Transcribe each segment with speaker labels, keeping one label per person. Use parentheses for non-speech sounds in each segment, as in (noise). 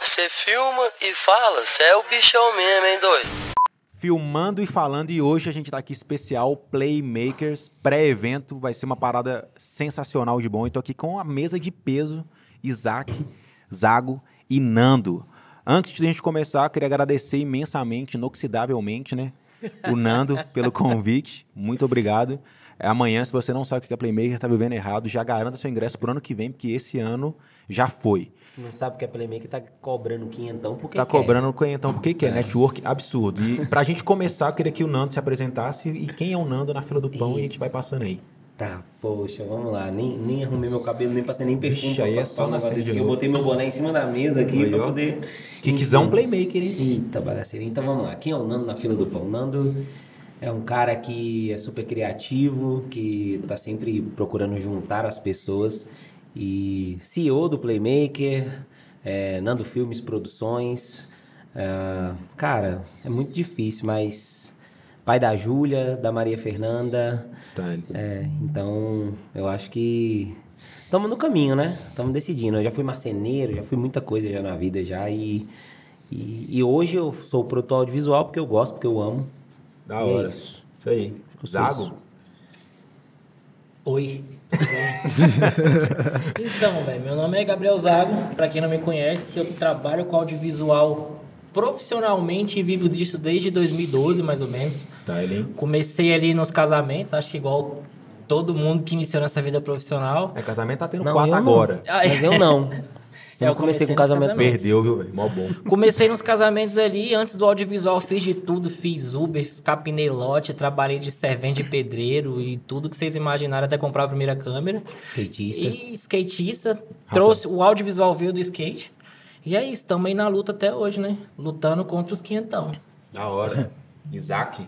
Speaker 1: Você filma e fala, você é o bichão mesmo, hein, doido?
Speaker 2: Filmando e falando, e hoje a gente tá aqui especial Playmakers, pré-evento, vai ser uma parada sensacional de bom. Eu tô aqui com a mesa de peso, Isaac, Zago e Nando. Antes de a gente começar, eu queria agradecer imensamente, inoxidavelmente, né? O Nando pelo convite. Muito obrigado. É, Amanhã, se você não sabe o que é Playmaker, tá vivendo errado, já garanta seu ingresso pro ano que vem, porque esse ano já foi.
Speaker 3: Se não sabe o que é Playmaker, tá cobrando quinhentão porque
Speaker 2: tá
Speaker 3: quer.
Speaker 2: cobrando o quinhentão porque
Speaker 3: É.
Speaker 2: quer, network absurdo. E pra gente começar, eu queria que o Nando se apresentasse e quem é o Nando na fila do pão e a gente vai passando aí.
Speaker 3: Tá, poxa, vamos lá. Nem, nem arrumei meu cabelo, nem passei nem perfume.
Speaker 2: Vixe,
Speaker 3: pra
Speaker 2: aí é
Speaker 3: participar
Speaker 2: só
Speaker 3: do
Speaker 2: nascer
Speaker 3: negócio
Speaker 2: de
Speaker 3: desse aqui. Eu
Speaker 2: novo.
Speaker 3: botei meu boné em cima da mesa aqui
Speaker 2: Aí,
Speaker 3: pra
Speaker 2: ó.
Speaker 3: poder... Uhum.
Speaker 2: Que quiser um playmaker, hein?
Speaker 3: Eita, bagaceira. Então vamos lá. Quem é o Nando na fila do pão? O Nando é um cara que é super criativo, que tá sempre procurando juntar as pessoas. E CEO do Playmaker, é, Nando Filmes Produções. Ah, cara, é muito difícil, mas pai da Júlia, da Maria Fernanda.
Speaker 2: Stanley.
Speaker 3: É, então eu acho que estamos no caminho, né? Estamos decidindo. Eu já fui marceneiro, já fui muita coisa já na vida já e, e, e hoje eu sou produtor audiovisual porque eu gosto, porque eu amo.
Speaker 2: Da
Speaker 3: E é
Speaker 2: hora.
Speaker 3: isso.
Speaker 2: Isso aí.
Speaker 3: que eu
Speaker 2: Zago?
Speaker 3: sou.
Speaker 4: Oi. então, velho, meu nome é Gabriel Zago. Pra quem não me conhece, eu trabalho com audiovisual profissionalmente e vivo disso desde 2012, mais ou menos.
Speaker 2: Style, hein?
Speaker 4: Comecei ali nos casamentos, acho que igual todo mundo que iniciou nessa vida profissional.
Speaker 2: É, casamento tá tendo
Speaker 3: Não,
Speaker 2: quatro
Speaker 3: eu não.
Speaker 2: agora.
Speaker 4: Ah, é.
Speaker 3: Mas eu não. Eu,
Speaker 4: Eu
Speaker 3: não comecei
Speaker 4: comecei
Speaker 3: com
Speaker 4: nos
Speaker 3: casamento.
Speaker 4: casamentos.
Speaker 2: Perdeu, viu, velho? Mó bom.
Speaker 4: Comecei nos casamentos ali, antes do audiovisual fiz de tudo, fiz Uber, capinei lote, trabalhei de servente de pedreiro e tudo que vocês imaginaram até comprar a primeira câmera.
Speaker 3: Skatista.
Speaker 4: E skatista, trouxe o audiovisual veio do skate. E é isso, estamos aí na luta até hoje, né? Lutando contra os quinhentão.
Speaker 2: Da
Speaker 3: (laughs)
Speaker 2: hora. Isaac?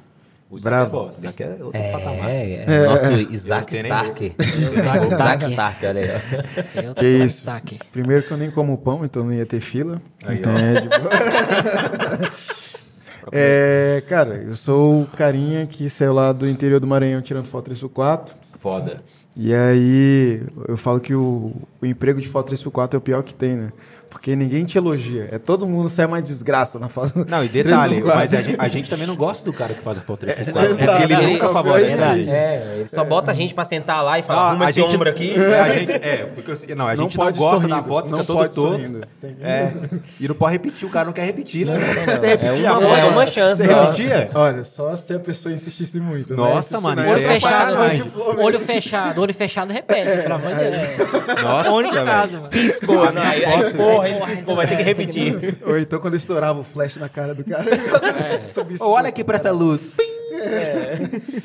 Speaker 2: O Isaac
Speaker 5: Bravo.
Speaker 2: é boss. Isaac é outro patamar.
Speaker 3: É, é, nosso Isaac
Speaker 2: Eu não tenho
Speaker 3: Stark.
Speaker 4: nem roupa.
Speaker 3: Isaac Stark, Stark, olha aí.
Speaker 4: Eu
Speaker 5: Que isso?
Speaker 4: Destaque.
Speaker 5: Primeiro que eu nem como pão, então não ia ter fila. Então
Speaker 2: Aí, ó.
Speaker 5: Entende?
Speaker 2: (laughs)
Speaker 5: é, cara, eu sou o carinha que saiu lá do interior do Maranhão tirando foto 3 por 4
Speaker 2: Foda.
Speaker 5: E aí eu falo que o, o emprego de foto 3 por 4 é o pior que tem, né? Porque ninguém te elogia. É todo mundo sai uma desgraça na foto.
Speaker 2: Não, e
Speaker 5: 3x4.
Speaker 2: detalhe, mas a gente, a gente também não gosta do cara que faz a
Speaker 3: (laughs)
Speaker 2: foto 3 x 4 É porque ele
Speaker 5: Não,
Speaker 2: nunca
Speaker 5: não,
Speaker 2: favorece.
Speaker 5: é verdade.
Speaker 2: ele.
Speaker 3: É, ele só bota a gente pra sentar lá e fala,
Speaker 2: Ah,
Speaker 3: arruma
Speaker 2: a
Speaker 3: esse
Speaker 2: gente-
Speaker 3: ombro
Speaker 2: (laughs)
Speaker 3: aqui.
Speaker 2: É, a gente, é, porque eu- não, a
Speaker 5: Não
Speaker 2: gente não
Speaker 5: pode
Speaker 2: gosta
Speaker 5: sorrindo,
Speaker 2: da foto, fica
Speaker 5: não
Speaker 2: todo
Speaker 5: pode
Speaker 2: torto.
Speaker 5: sorrindo. Tem que-
Speaker 2: É, e não pode repetir, o cara não quer repetir, né? Você
Speaker 3: é
Speaker 2: repetia
Speaker 3: uma-
Speaker 2: a foto?
Speaker 3: é uma chance,
Speaker 2: Você
Speaker 3: ó.
Speaker 2: repetia?
Speaker 5: Olha, só se a pessoa insistisse muito. né?
Speaker 2: Nossa,
Speaker 5: Isso
Speaker 2: mano,
Speaker 5: não
Speaker 2: isso
Speaker 4: Olho
Speaker 5: é-
Speaker 2: aí é
Speaker 4: fechado,
Speaker 2: sacanagem.
Speaker 4: assim, olho fechado, olho fechado repete, pelo amor de Deus.
Speaker 2: Nossa,
Speaker 4: Olho em
Speaker 2: velho.
Speaker 4: casa, mano.
Speaker 2: (laughs)
Speaker 3: Piscou, né? Aí, aí, porra, ele piscou, vai ter que repetir.
Speaker 5: Ou então quando eu estourava o flash na cara do cara. (laughs) subi
Speaker 2: Ô, olha aqui pra essa luz. Pim!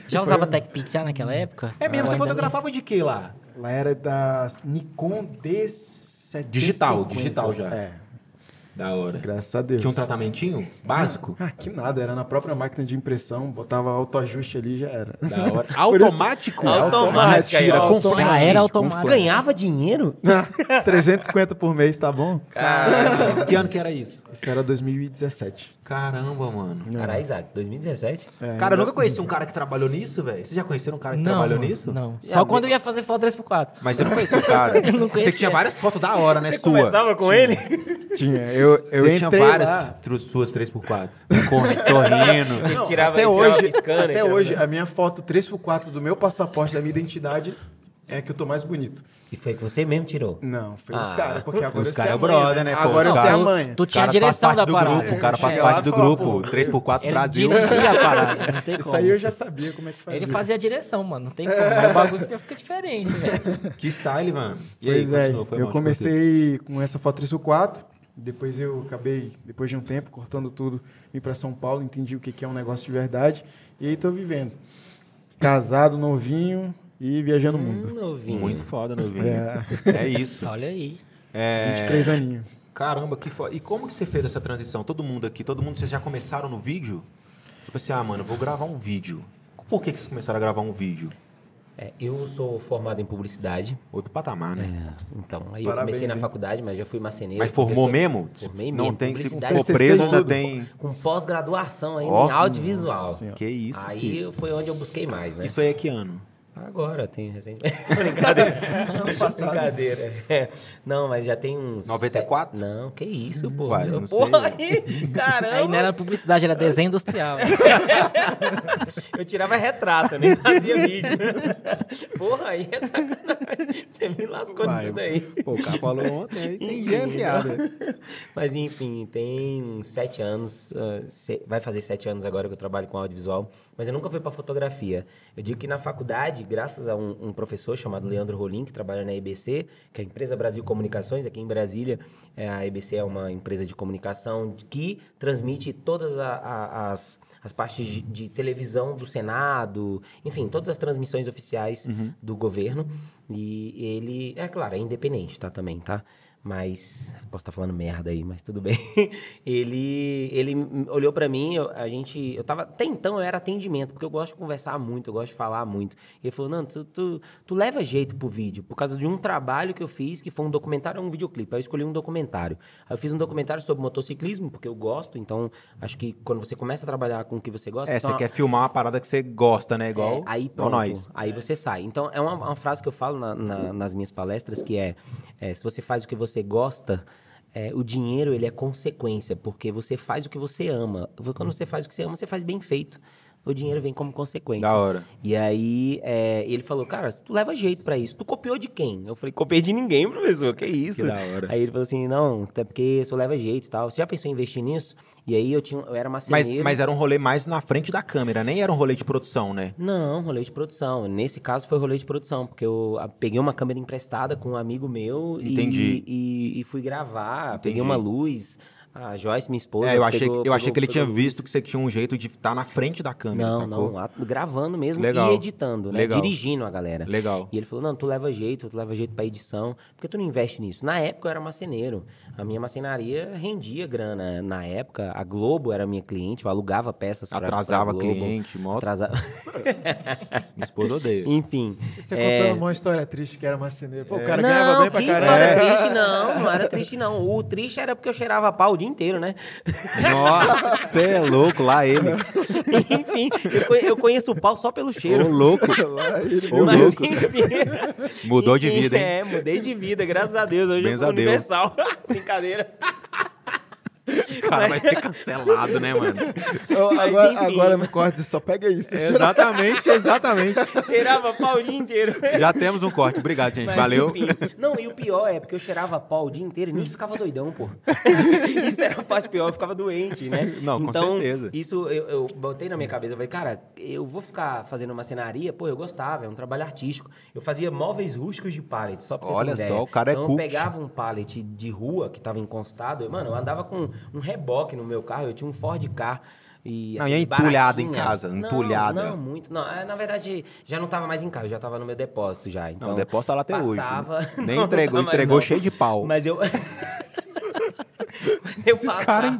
Speaker 4: Já usava TechPix já naquela época?
Speaker 2: um- É mesmo,
Speaker 4: Ou
Speaker 2: você
Speaker 4: ainda
Speaker 2: fotografava de quê lá?
Speaker 5: Lá era da Nikon D750.
Speaker 2: Digital, digital já.
Speaker 5: É,
Speaker 2: Da hora.
Speaker 5: graças a Deus.
Speaker 2: Tinha um tratamentinho básico?
Speaker 5: Ah, que nada, era na própria máquina de impressão, botava autoajuste ali e já era.
Speaker 2: Da (laughs) hora.
Speaker 5: (laughs) Por isso-
Speaker 2: Automático?
Speaker 3: Automática, aí,
Speaker 2: Tira,
Speaker 3: ó.
Speaker 2: com flash.
Speaker 4: Já era automático.
Speaker 3: Ganhava dinheiro?
Speaker 5: (laughs) 350 por mês, tá bom?
Speaker 2: Caramba. Que ano que era isso?
Speaker 5: Isso era 2017.
Speaker 2: Caramba, mano.
Speaker 3: Caralho, Isaac, 2017?
Speaker 2: Cara, eu nunca conheci um cara que trabalhou nisso, velho. Vocês já conheceram um cara que
Speaker 4: Não,
Speaker 2: trabalhou
Speaker 4: mano,
Speaker 2: nisso?
Speaker 4: Não. Só quando eu ia fazer foto 3x4.
Speaker 2: Mas você não conhecia o
Speaker 4: (laughs)
Speaker 2: cara. Você tinha várias fotos da hora, né? sua.
Speaker 3: com ele?
Speaker 5: Tinha, eu, eu
Speaker 2: você tinha
Speaker 5: entrei
Speaker 2: várias
Speaker 5: lá.
Speaker 2: tru- suas 3x4. Corre, Um
Speaker 4: (laughs)
Speaker 2: sorrindo.
Speaker 3: Ele tirava,
Speaker 5: até
Speaker 3: ele tirava
Speaker 5: hoje,
Speaker 3: piscando, ele
Speaker 5: até
Speaker 3: tirava-
Speaker 5: hoje a minha foto 3x4 do meu passaporte, da minha identidade, é a que eu tô mais bonito.
Speaker 3: E foi que você mesmo tirou.
Speaker 5: Não, foi os
Speaker 3: Ah.
Speaker 5: caras, porque agora
Speaker 2: Os
Speaker 5: eu
Speaker 2: cara
Speaker 5: sei
Speaker 2: é
Speaker 5: a
Speaker 2: o
Speaker 5: manha,
Speaker 2: brother, né, pô?
Speaker 5: Agora
Speaker 2: Os
Speaker 5: eu sei
Speaker 2: cara-
Speaker 5: a manha.
Speaker 4: Tu tinha a
Speaker 2: O cara faz
Speaker 4: direção da
Speaker 2: parte do
Speaker 4: parada.
Speaker 2: grupo, o cara faz
Speaker 5: Chega lá
Speaker 2: parte
Speaker 5: e
Speaker 2: do
Speaker 5: fala,
Speaker 2: grupo.
Speaker 5: pô,
Speaker 2: 3x4
Speaker 4: Ele
Speaker 2: Brasil.
Speaker 4: dirigia a parada, não tem como.
Speaker 5: Isso aí eu já sabia como é que fazia.
Speaker 4: Ele fazia a direção, mano. Não tem como. Aí o bagulho fica- fica diferente, velho.
Speaker 2: (laughs) Que style, mano. E aí,
Speaker 5: Pois é,
Speaker 2: continuou, foi
Speaker 5: eu
Speaker 2: mal,
Speaker 5: comecei com essa foto 3 4 depois eu acabei, depois de um tempo, cortando tudo, vim para São Paulo, entendi o que que é um negócio de verdade, e aí tô vivendo. Casado, novinho te- e viajando o mundo.
Speaker 2: te cortei.
Speaker 3: Novinho.
Speaker 2: Muito foda, novinho. É isso.
Speaker 4: Olha aí.
Speaker 2: É,
Speaker 5: 23 aninhos.
Speaker 2: Caramba, que foda. E como que você fez essa transição? Todo mundo aqui, todo mundo, vocês já começaram no vídeo? Tipo assim, ah, mano, eu vou gravar um vídeo. Por que, que vocês começaram a gravar um vídeo?
Speaker 3: É, eu sou formado em publicidade.
Speaker 2: Outro patamar, né?
Speaker 3: Então, aí eu
Speaker 5: Parabéns,
Speaker 3: comecei na
Speaker 5: hein?
Speaker 3: faculdade, mas já fui marceneiro.
Speaker 2: Mas formou
Speaker 3: professor-
Speaker 2: mesmo?
Speaker 3: Formei
Speaker 2: não
Speaker 3: mesmo.
Speaker 2: tem, se
Speaker 3: publicidade,
Speaker 2: for
Speaker 5: Você
Speaker 2: preso,
Speaker 5: fez
Speaker 2: ainda
Speaker 5: tudo.
Speaker 2: tem.
Speaker 3: Com pós-graduação ainda
Speaker 2: Ó,
Speaker 3: em audiovisual.
Speaker 5: nossa senhora.
Speaker 2: Que isso,
Speaker 3: aí
Speaker 2: filho.
Speaker 3: foi onde eu busquei mais, né?
Speaker 2: Isso aí é que ano?
Speaker 3: Agora,
Speaker 2: (laughs)
Speaker 3: tem recente. brincadeira. Não, faço brincadeira. É. (laughs) Não, mas já tem uns.
Speaker 2: 94?
Speaker 3: sete- Não, que isso, pô.
Speaker 2: Hum, Vai,
Speaker 3: Meu,
Speaker 2: não
Speaker 3: porra,
Speaker 2: sei.
Speaker 3: aí, caramba.
Speaker 4: Aí não era publicidade, era desenho industrial.
Speaker 3: Eu tirava retrato, nem fazia vídeo. (laughs) Porra, aí é sacanagem. Você me lascou de tudo aí.
Speaker 2: Pô, o cara falou ontem, eu entendi é a
Speaker 3: Enfim,
Speaker 2: piada.
Speaker 3: Uhum. (laughs) Mas enfim, tem uns sete anos, ah, se- vai fazer sete anos agora que eu trabalho com audiovisual, mas eu nunca fui para fotografia. Eu digo que na faculdade, graças a um, um professor chamado Leandro Rolim, que trabalha na EBC, que é a Empresa Brasil Comunicações, aqui em Brasília, é, a EBC é uma empresa de comunicação que transmite todas a- a- as, as partes de, de televisão do Senado, enfim, todas as transmissões oficiais
Speaker 2: Uhum.
Speaker 3: do governo. E ele, é claro, é independente, tá? Também, tá? mas posso estar falando merda aí, mas tudo bem. (laughs) ele ele m- olhou pra mim, eu- a gente, eu tava, até então eu era atendimento, porque eu gosto de conversar muito, eu gosto de falar muito. E ele falou: "Não, tu, tu, tu leva jeito pro vídeo, por causa de um trabalho que eu fiz, que foi um documentário ou um videoclipe. Aí eu escolhi um documentário. Aí eu fiz um documentário sobre motociclismo, porque eu gosto, então acho que quando você começa a trabalhar com o que você gosta,
Speaker 2: É,
Speaker 3: isso
Speaker 2: você
Speaker 3: uma-
Speaker 2: quer filmar uma parada que você gosta, né? Igual,
Speaker 3: é, aí
Speaker 2: igual
Speaker 3: pronto,
Speaker 2: nós.
Speaker 3: aí você sai. Então, é uma, uma frase que eu falo na- na- nas minhas palestras, que é, é, se você faz o que você gosta, é, o dinheiro, ele é consequência, porque você faz o que você ama. Quando você faz o que você ama, você faz bem feito. O dinheiro vem como consequência.
Speaker 2: Da hora.
Speaker 3: E aí, é, ele falou, cara, tu leva jeito pra isso. Tu copiou de quem? Eu falei, copiei de ninguém, professor. Que isso?
Speaker 2: Que da hora.
Speaker 3: Aí ele falou assim, não, até porque isso leva jeito e tal. Você já pensou em investir nisso? E aí, eu, tinha, eu era
Speaker 2: Mas,
Speaker 3: marceneiro.
Speaker 2: mas era um rolê mais na frente da câmera, nem era um rolê de produção, né?
Speaker 3: Não, rolê de produção. Nesse caso foi rolê de produção, porque eu ah, peguei uma câmera emprestada com um amigo meu e-
Speaker 2: Entendi.
Speaker 3: E, e fui gravar,
Speaker 2: Entendi.
Speaker 3: peguei uma luz. A Joyce, minha esposa.
Speaker 2: É, eu achei,
Speaker 3: pegou-
Speaker 2: eu achei
Speaker 3: pegou-
Speaker 2: que ele tinha
Speaker 3: pegou-
Speaker 2: visto que você tinha um jeito de estar na frente da câmera,
Speaker 3: Não,
Speaker 2: sacou?
Speaker 3: não, a- gravando mesmo
Speaker 2: Legal.
Speaker 3: e editando, né?
Speaker 2: Legal.
Speaker 3: Dirigindo a galera.
Speaker 2: Legal.
Speaker 3: E ele falou: não, tu leva jeito, tu leva jeito pra edição, porque tu não investe nisso. Na época eu era marceneiro. A minha marcenaria rendia grana. Na época, a Globo era minha cliente, eu alugava peças pra,
Speaker 2: Atrasava
Speaker 3: pra Globo.
Speaker 2: cliente, moto.
Speaker 3: Atrasava.
Speaker 2: Minha esposa odeia.
Speaker 3: (laughs) Enfim.
Speaker 5: Você
Speaker 3: é,
Speaker 5: contando uma história triste que era marceneiro. Pô, o cara ganhava
Speaker 3: não,
Speaker 5: bem
Speaker 3: que
Speaker 5: pra
Speaker 3: história
Speaker 2: (laughs)
Speaker 5: caralho.
Speaker 3: triste, não. Não era triste, não. O triste era porque eu cheirava pau o dia inteiro, né? (laughs)
Speaker 2: Nossa, você é louco, lá ele.
Speaker 3: Enfim, eu, co- eu conheço o pau só pelo
Speaker 2: Ô,
Speaker 3: cheiro. (laughs)
Speaker 2: louco.
Speaker 5: (laughs)
Speaker 2: Ô,
Speaker 3: Mas, (laughs)
Speaker 2: louco.
Speaker 3: enfim,
Speaker 2: Mudou de
Speaker 3: enfim,
Speaker 2: vida, hein?
Speaker 3: É, mudei de vida, graças a Deus. Hoje
Speaker 2: Benza
Speaker 3: eu
Speaker 2: a
Speaker 3: sou
Speaker 2: Deus.
Speaker 3: universal. (laughs) Brincadeira.
Speaker 2: Cara, vai ser cancelado, né, mano?
Speaker 5: Ó,
Speaker 3: Mas
Speaker 5: Agora,
Speaker 3: enfim.
Speaker 5: agora no corte, só pega isso.
Speaker 2: Exatamente, exatamente.
Speaker 3: Cheirava pau o dia inteiro.
Speaker 2: Já temos um corte. Obrigado, gente.
Speaker 3: Mas,
Speaker 2: Valeu.
Speaker 3: enfim. Não, e o pior é porque eu cheirava pau o dia inteiro e nem ficava doidão,
Speaker 2: (laughs)
Speaker 3: pô. isso era a parte pior, eu ficava doente, né?
Speaker 2: Não, com
Speaker 3: então,
Speaker 2: certeza.
Speaker 3: Isso eu, eu botei na minha cabeça, eu falei, cara, eu vou ficar fazendo uma cenaria, pô, eu gostava, é um trabalho artístico. Eu fazia móveis rústicos de pallet, só pra você ter
Speaker 2: Olha
Speaker 3: ideia.
Speaker 2: só, o cara é
Speaker 3: então, eu
Speaker 2: cult.
Speaker 3: pegava um pallet de rua que tava encostado, eu, mano, eu andava com um reboque no meu carro, eu tinha um Ford Car. E
Speaker 2: Não, e é
Speaker 3: aqueles
Speaker 2: entulhada em
Speaker 3: baratinha.
Speaker 2: casa,
Speaker 3: Não,
Speaker 2: entulhada.
Speaker 3: Não, muito. Não, Ah, na verdade, já não tava mais em casa, já tava no meu depósito já. Então,
Speaker 2: Não, o depósito tá lá até hoje,
Speaker 3: passava...
Speaker 2: né? Nem
Speaker 3: (laughs) Não, não
Speaker 2: entregou,
Speaker 3: tá mais
Speaker 2: entregou
Speaker 3: não.
Speaker 2: cheio de pau.
Speaker 3: Mas eu... (laughs) eu
Speaker 2: Esses
Speaker 3: passava
Speaker 2: caras.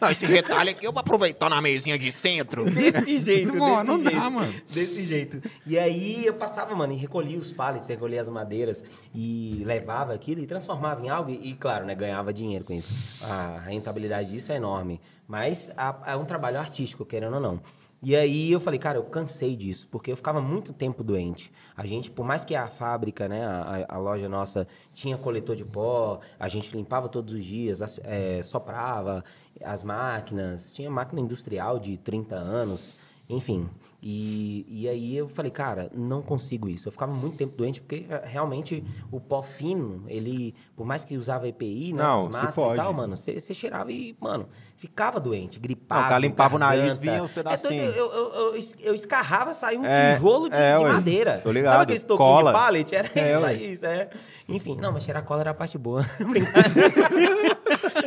Speaker 6: Não, esse retalho aqui eu vou aproveitar na mesinha de centro.
Speaker 3: Desse jeito,
Speaker 2: Mano,
Speaker 3: desse
Speaker 2: não dá,
Speaker 3: jeito,
Speaker 2: mano.
Speaker 3: Desse jeito. E aí eu passava, mano, e recolhia os pallets, recolhia as madeiras e levava aquilo e transformava em algo. E, claro, né, ganhava dinheiro com isso. A rentabilidade disso é enorme. Mas a- é um trabalho artístico, querendo ou não. E aí eu falei, cara, eu cansei disso, porque eu ficava muito tempo doente. A gente, por mais que a fábrica, né, a, a- a loja nossa tinha coletor de pó, a gente limpava todos os dias, as- eh, soprava as máquinas, tinha máquina industrial de 30 anos, enfim. E, e aí eu falei, cara, não consigo isso. Eu ficava muito tempo doente, porque eh, realmente o pó fino, ele, por mais que usava EPI, né,
Speaker 2: Não,
Speaker 3: as
Speaker 2: se
Speaker 3: máscaras
Speaker 2: fode.
Speaker 3: e tal, mano, você cheirava e, mano, ficava doente, gripava.
Speaker 2: Não, o cara limpava o nariz,
Speaker 3: garganta.
Speaker 2: vinha os pedacinhos.
Speaker 3: É doido, eu, eu, eu, es- eu escarrava, saía um
Speaker 2: É,
Speaker 3: tijolo de,
Speaker 2: é,
Speaker 3: de
Speaker 2: ué,
Speaker 3: madeira.
Speaker 2: tô ligado,
Speaker 3: Sabe aquele toquinho
Speaker 2: cola.
Speaker 3: de pallet? Era
Speaker 2: É,
Speaker 3: isso
Speaker 2: ué.
Speaker 3: aí, isso é. Enfim, não, mas cheirar cola era a parte boa. (laughs) Brincadeira.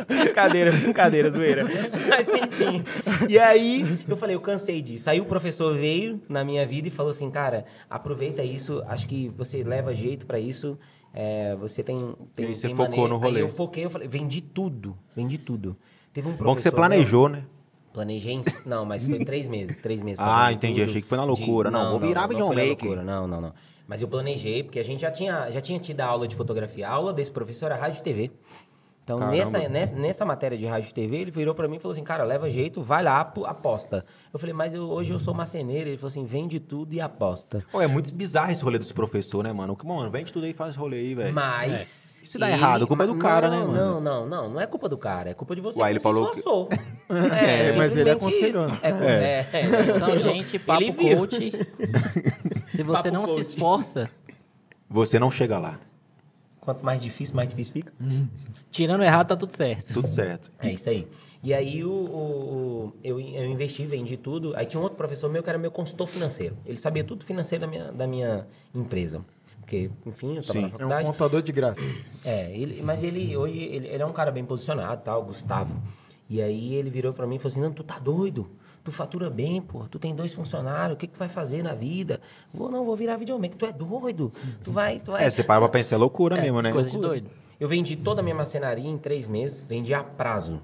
Speaker 3: brincadeira, brincadeira, zoeira. Mas enfim. E aí, eu falei, eu cansei disso. Aí o professor veio na minha vida e falou assim, cara, aproveita isso, acho que você leva jeito pra isso. é, você tem, tem,
Speaker 2: E aí você
Speaker 3: tem
Speaker 2: focou no rolê.
Speaker 3: Aí eu foquei, eu falei, vendi tudo, vendi tudo. Teve um professor...
Speaker 2: Bom que você
Speaker 3: meu-
Speaker 2: planejou, né?
Speaker 3: Planejei, em- não, mas foi três meses, três meses. pra
Speaker 2: Ah,
Speaker 3: fazer
Speaker 2: entendi,
Speaker 3: tudo.
Speaker 2: achei que foi na loucura. Não, vou virar
Speaker 3: não,
Speaker 2: videomaker.
Speaker 3: foi na loucura, Não, não, não. Mas eu planejei, porque a gente já tinha, já tinha tido a aula de fotografia. A aula desse professor era rádio e TV. Então,
Speaker 2: Caramba.
Speaker 3: nessa, nessa, nessa matéria de rádio e TV, ele virou pra mim e falou assim, cara, leva jeito, vai lá, apo- aposta. Eu falei, mas eu- hoje eu sou marceneiro. Ele falou assim, vende tudo e aposta.
Speaker 2: Pô, é muito bizarro esse rolê dos professores, né, mano? Que, Mano, vende tudo aí e faz rolê aí, velho.
Speaker 3: Mas...
Speaker 2: É. Se dá errado, culpa é do
Speaker 3: ma-
Speaker 2: cara,
Speaker 3: não,
Speaker 2: né, mano?
Speaker 3: Não, não, não, não é culpa do cara, é culpa de você
Speaker 2: Uai,
Speaker 3: que
Speaker 2: ele
Speaker 3: se
Speaker 2: falou que-
Speaker 3: esforçou.
Speaker 5: É, mas ele
Speaker 3: simplesmente
Speaker 5: aconselhou,
Speaker 3: isso.
Speaker 5: né?
Speaker 3: É, é. é, ele
Speaker 4: Então,
Speaker 3: (laughs) aconselhou.
Speaker 4: gente, papo
Speaker 3: Ele viu.
Speaker 4: coach.
Speaker 3: (laughs)
Speaker 4: Se você
Speaker 3: Papo
Speaker 4: não
Speaker 3: coach.
Speaker 4: se esforça,
Speaker 2: Você não chega lá.
Speaker 3: Quanto mais difícil, mais difícil fica.
Speaker 4: tirando errado, tá tudo certo.
Speaker 2: Tudo certo.
Speaker 3: É isso aí. E aí o, o- o- eu, eu investi, vendi tudo. Aí tinha um outro professor meu que era meu consultor financeiro. Ele sabia tudo financeiro da minha, da minha empresa. Porque, enfim, eu estava na
Speaker 5: É um
Speaker 3: faculdade.
Speaker 5: contador de graça.
Speaker 3: É, ele, mas ele hoje ele, ele é um cara bem posicionado, tal, Gustavo. E aí ele virou pra mim e falou assim: "Não, tu tá doido? Tu fatura bem, pô. Tu tem dois funcionários, o que que vai fazer na vida? Vou não, vou virar videomaker. Tu é doido? Tu vai, tu vai.
Speaker 2: É, você para pra pensar, é loucura mesmo, né?
Speaker 4: Coisa de doido.
Speaker 3: Eu vendi toda a minha marcenaria em três meses, vendi a prazo.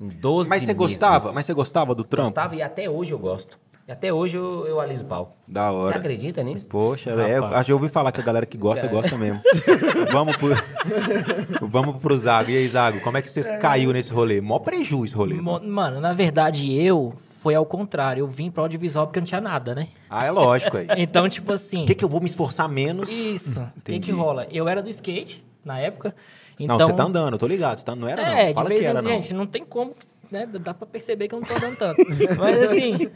Speaker 3: Em 12
Speaker 2: Mas você
Speaker 3: meses.
Speaker 2: gostava? Mas você gostava do trampo?
Speaker 3: Gostava e até hoje eu gosto. E até hoje eu, eu aliso o pau.
Speaker 2: Da hora.
Speaker 3: Você acredita nisso?
Speaker 2: Poxa, é, eu
Speaker 4: Rapaz.
Speaker 2: acho que eu ouvi falar que a galera que gosta, gosta mesmo. (laughs) Vamos pro, (laughs) vamos pro Zago. E aí, Zago, como é que vocês caiu nesse rolê? Mó prejuízo esse rolê.
Speaker 4: Mo- Mano, na verdade, eu foi ao contrário. Eu vim pra audiovisual porque eu não tinha nada, né?
Speaker 2: Ah, é lógico
Speaker 6: (laughs)
Speaker 2: aí.
Speaker 4: Então, tipo assim.
Speaker 2: O que, que eu vou me esforçar menos?
Speaker 4: Isso. O que,
Speaker 2: Entendi.
Speaker 4: que rola? Eu era do skate na época. Então,
Speaker 2: Não, você tá andando, eu tô ligado. Você tá, não era,
Speaker 4: É,
Speaker 2: não. Fala
Speaker 4: de vez
Speaker 2: que
Speaker 4: em
Speaker 2: era,
Speaker 4: quando, gente, não tem como, né? Dá pra perceber que eu não tô
Speaker 2: (laughs)
Speaker 4: andando tanto. Mas assim,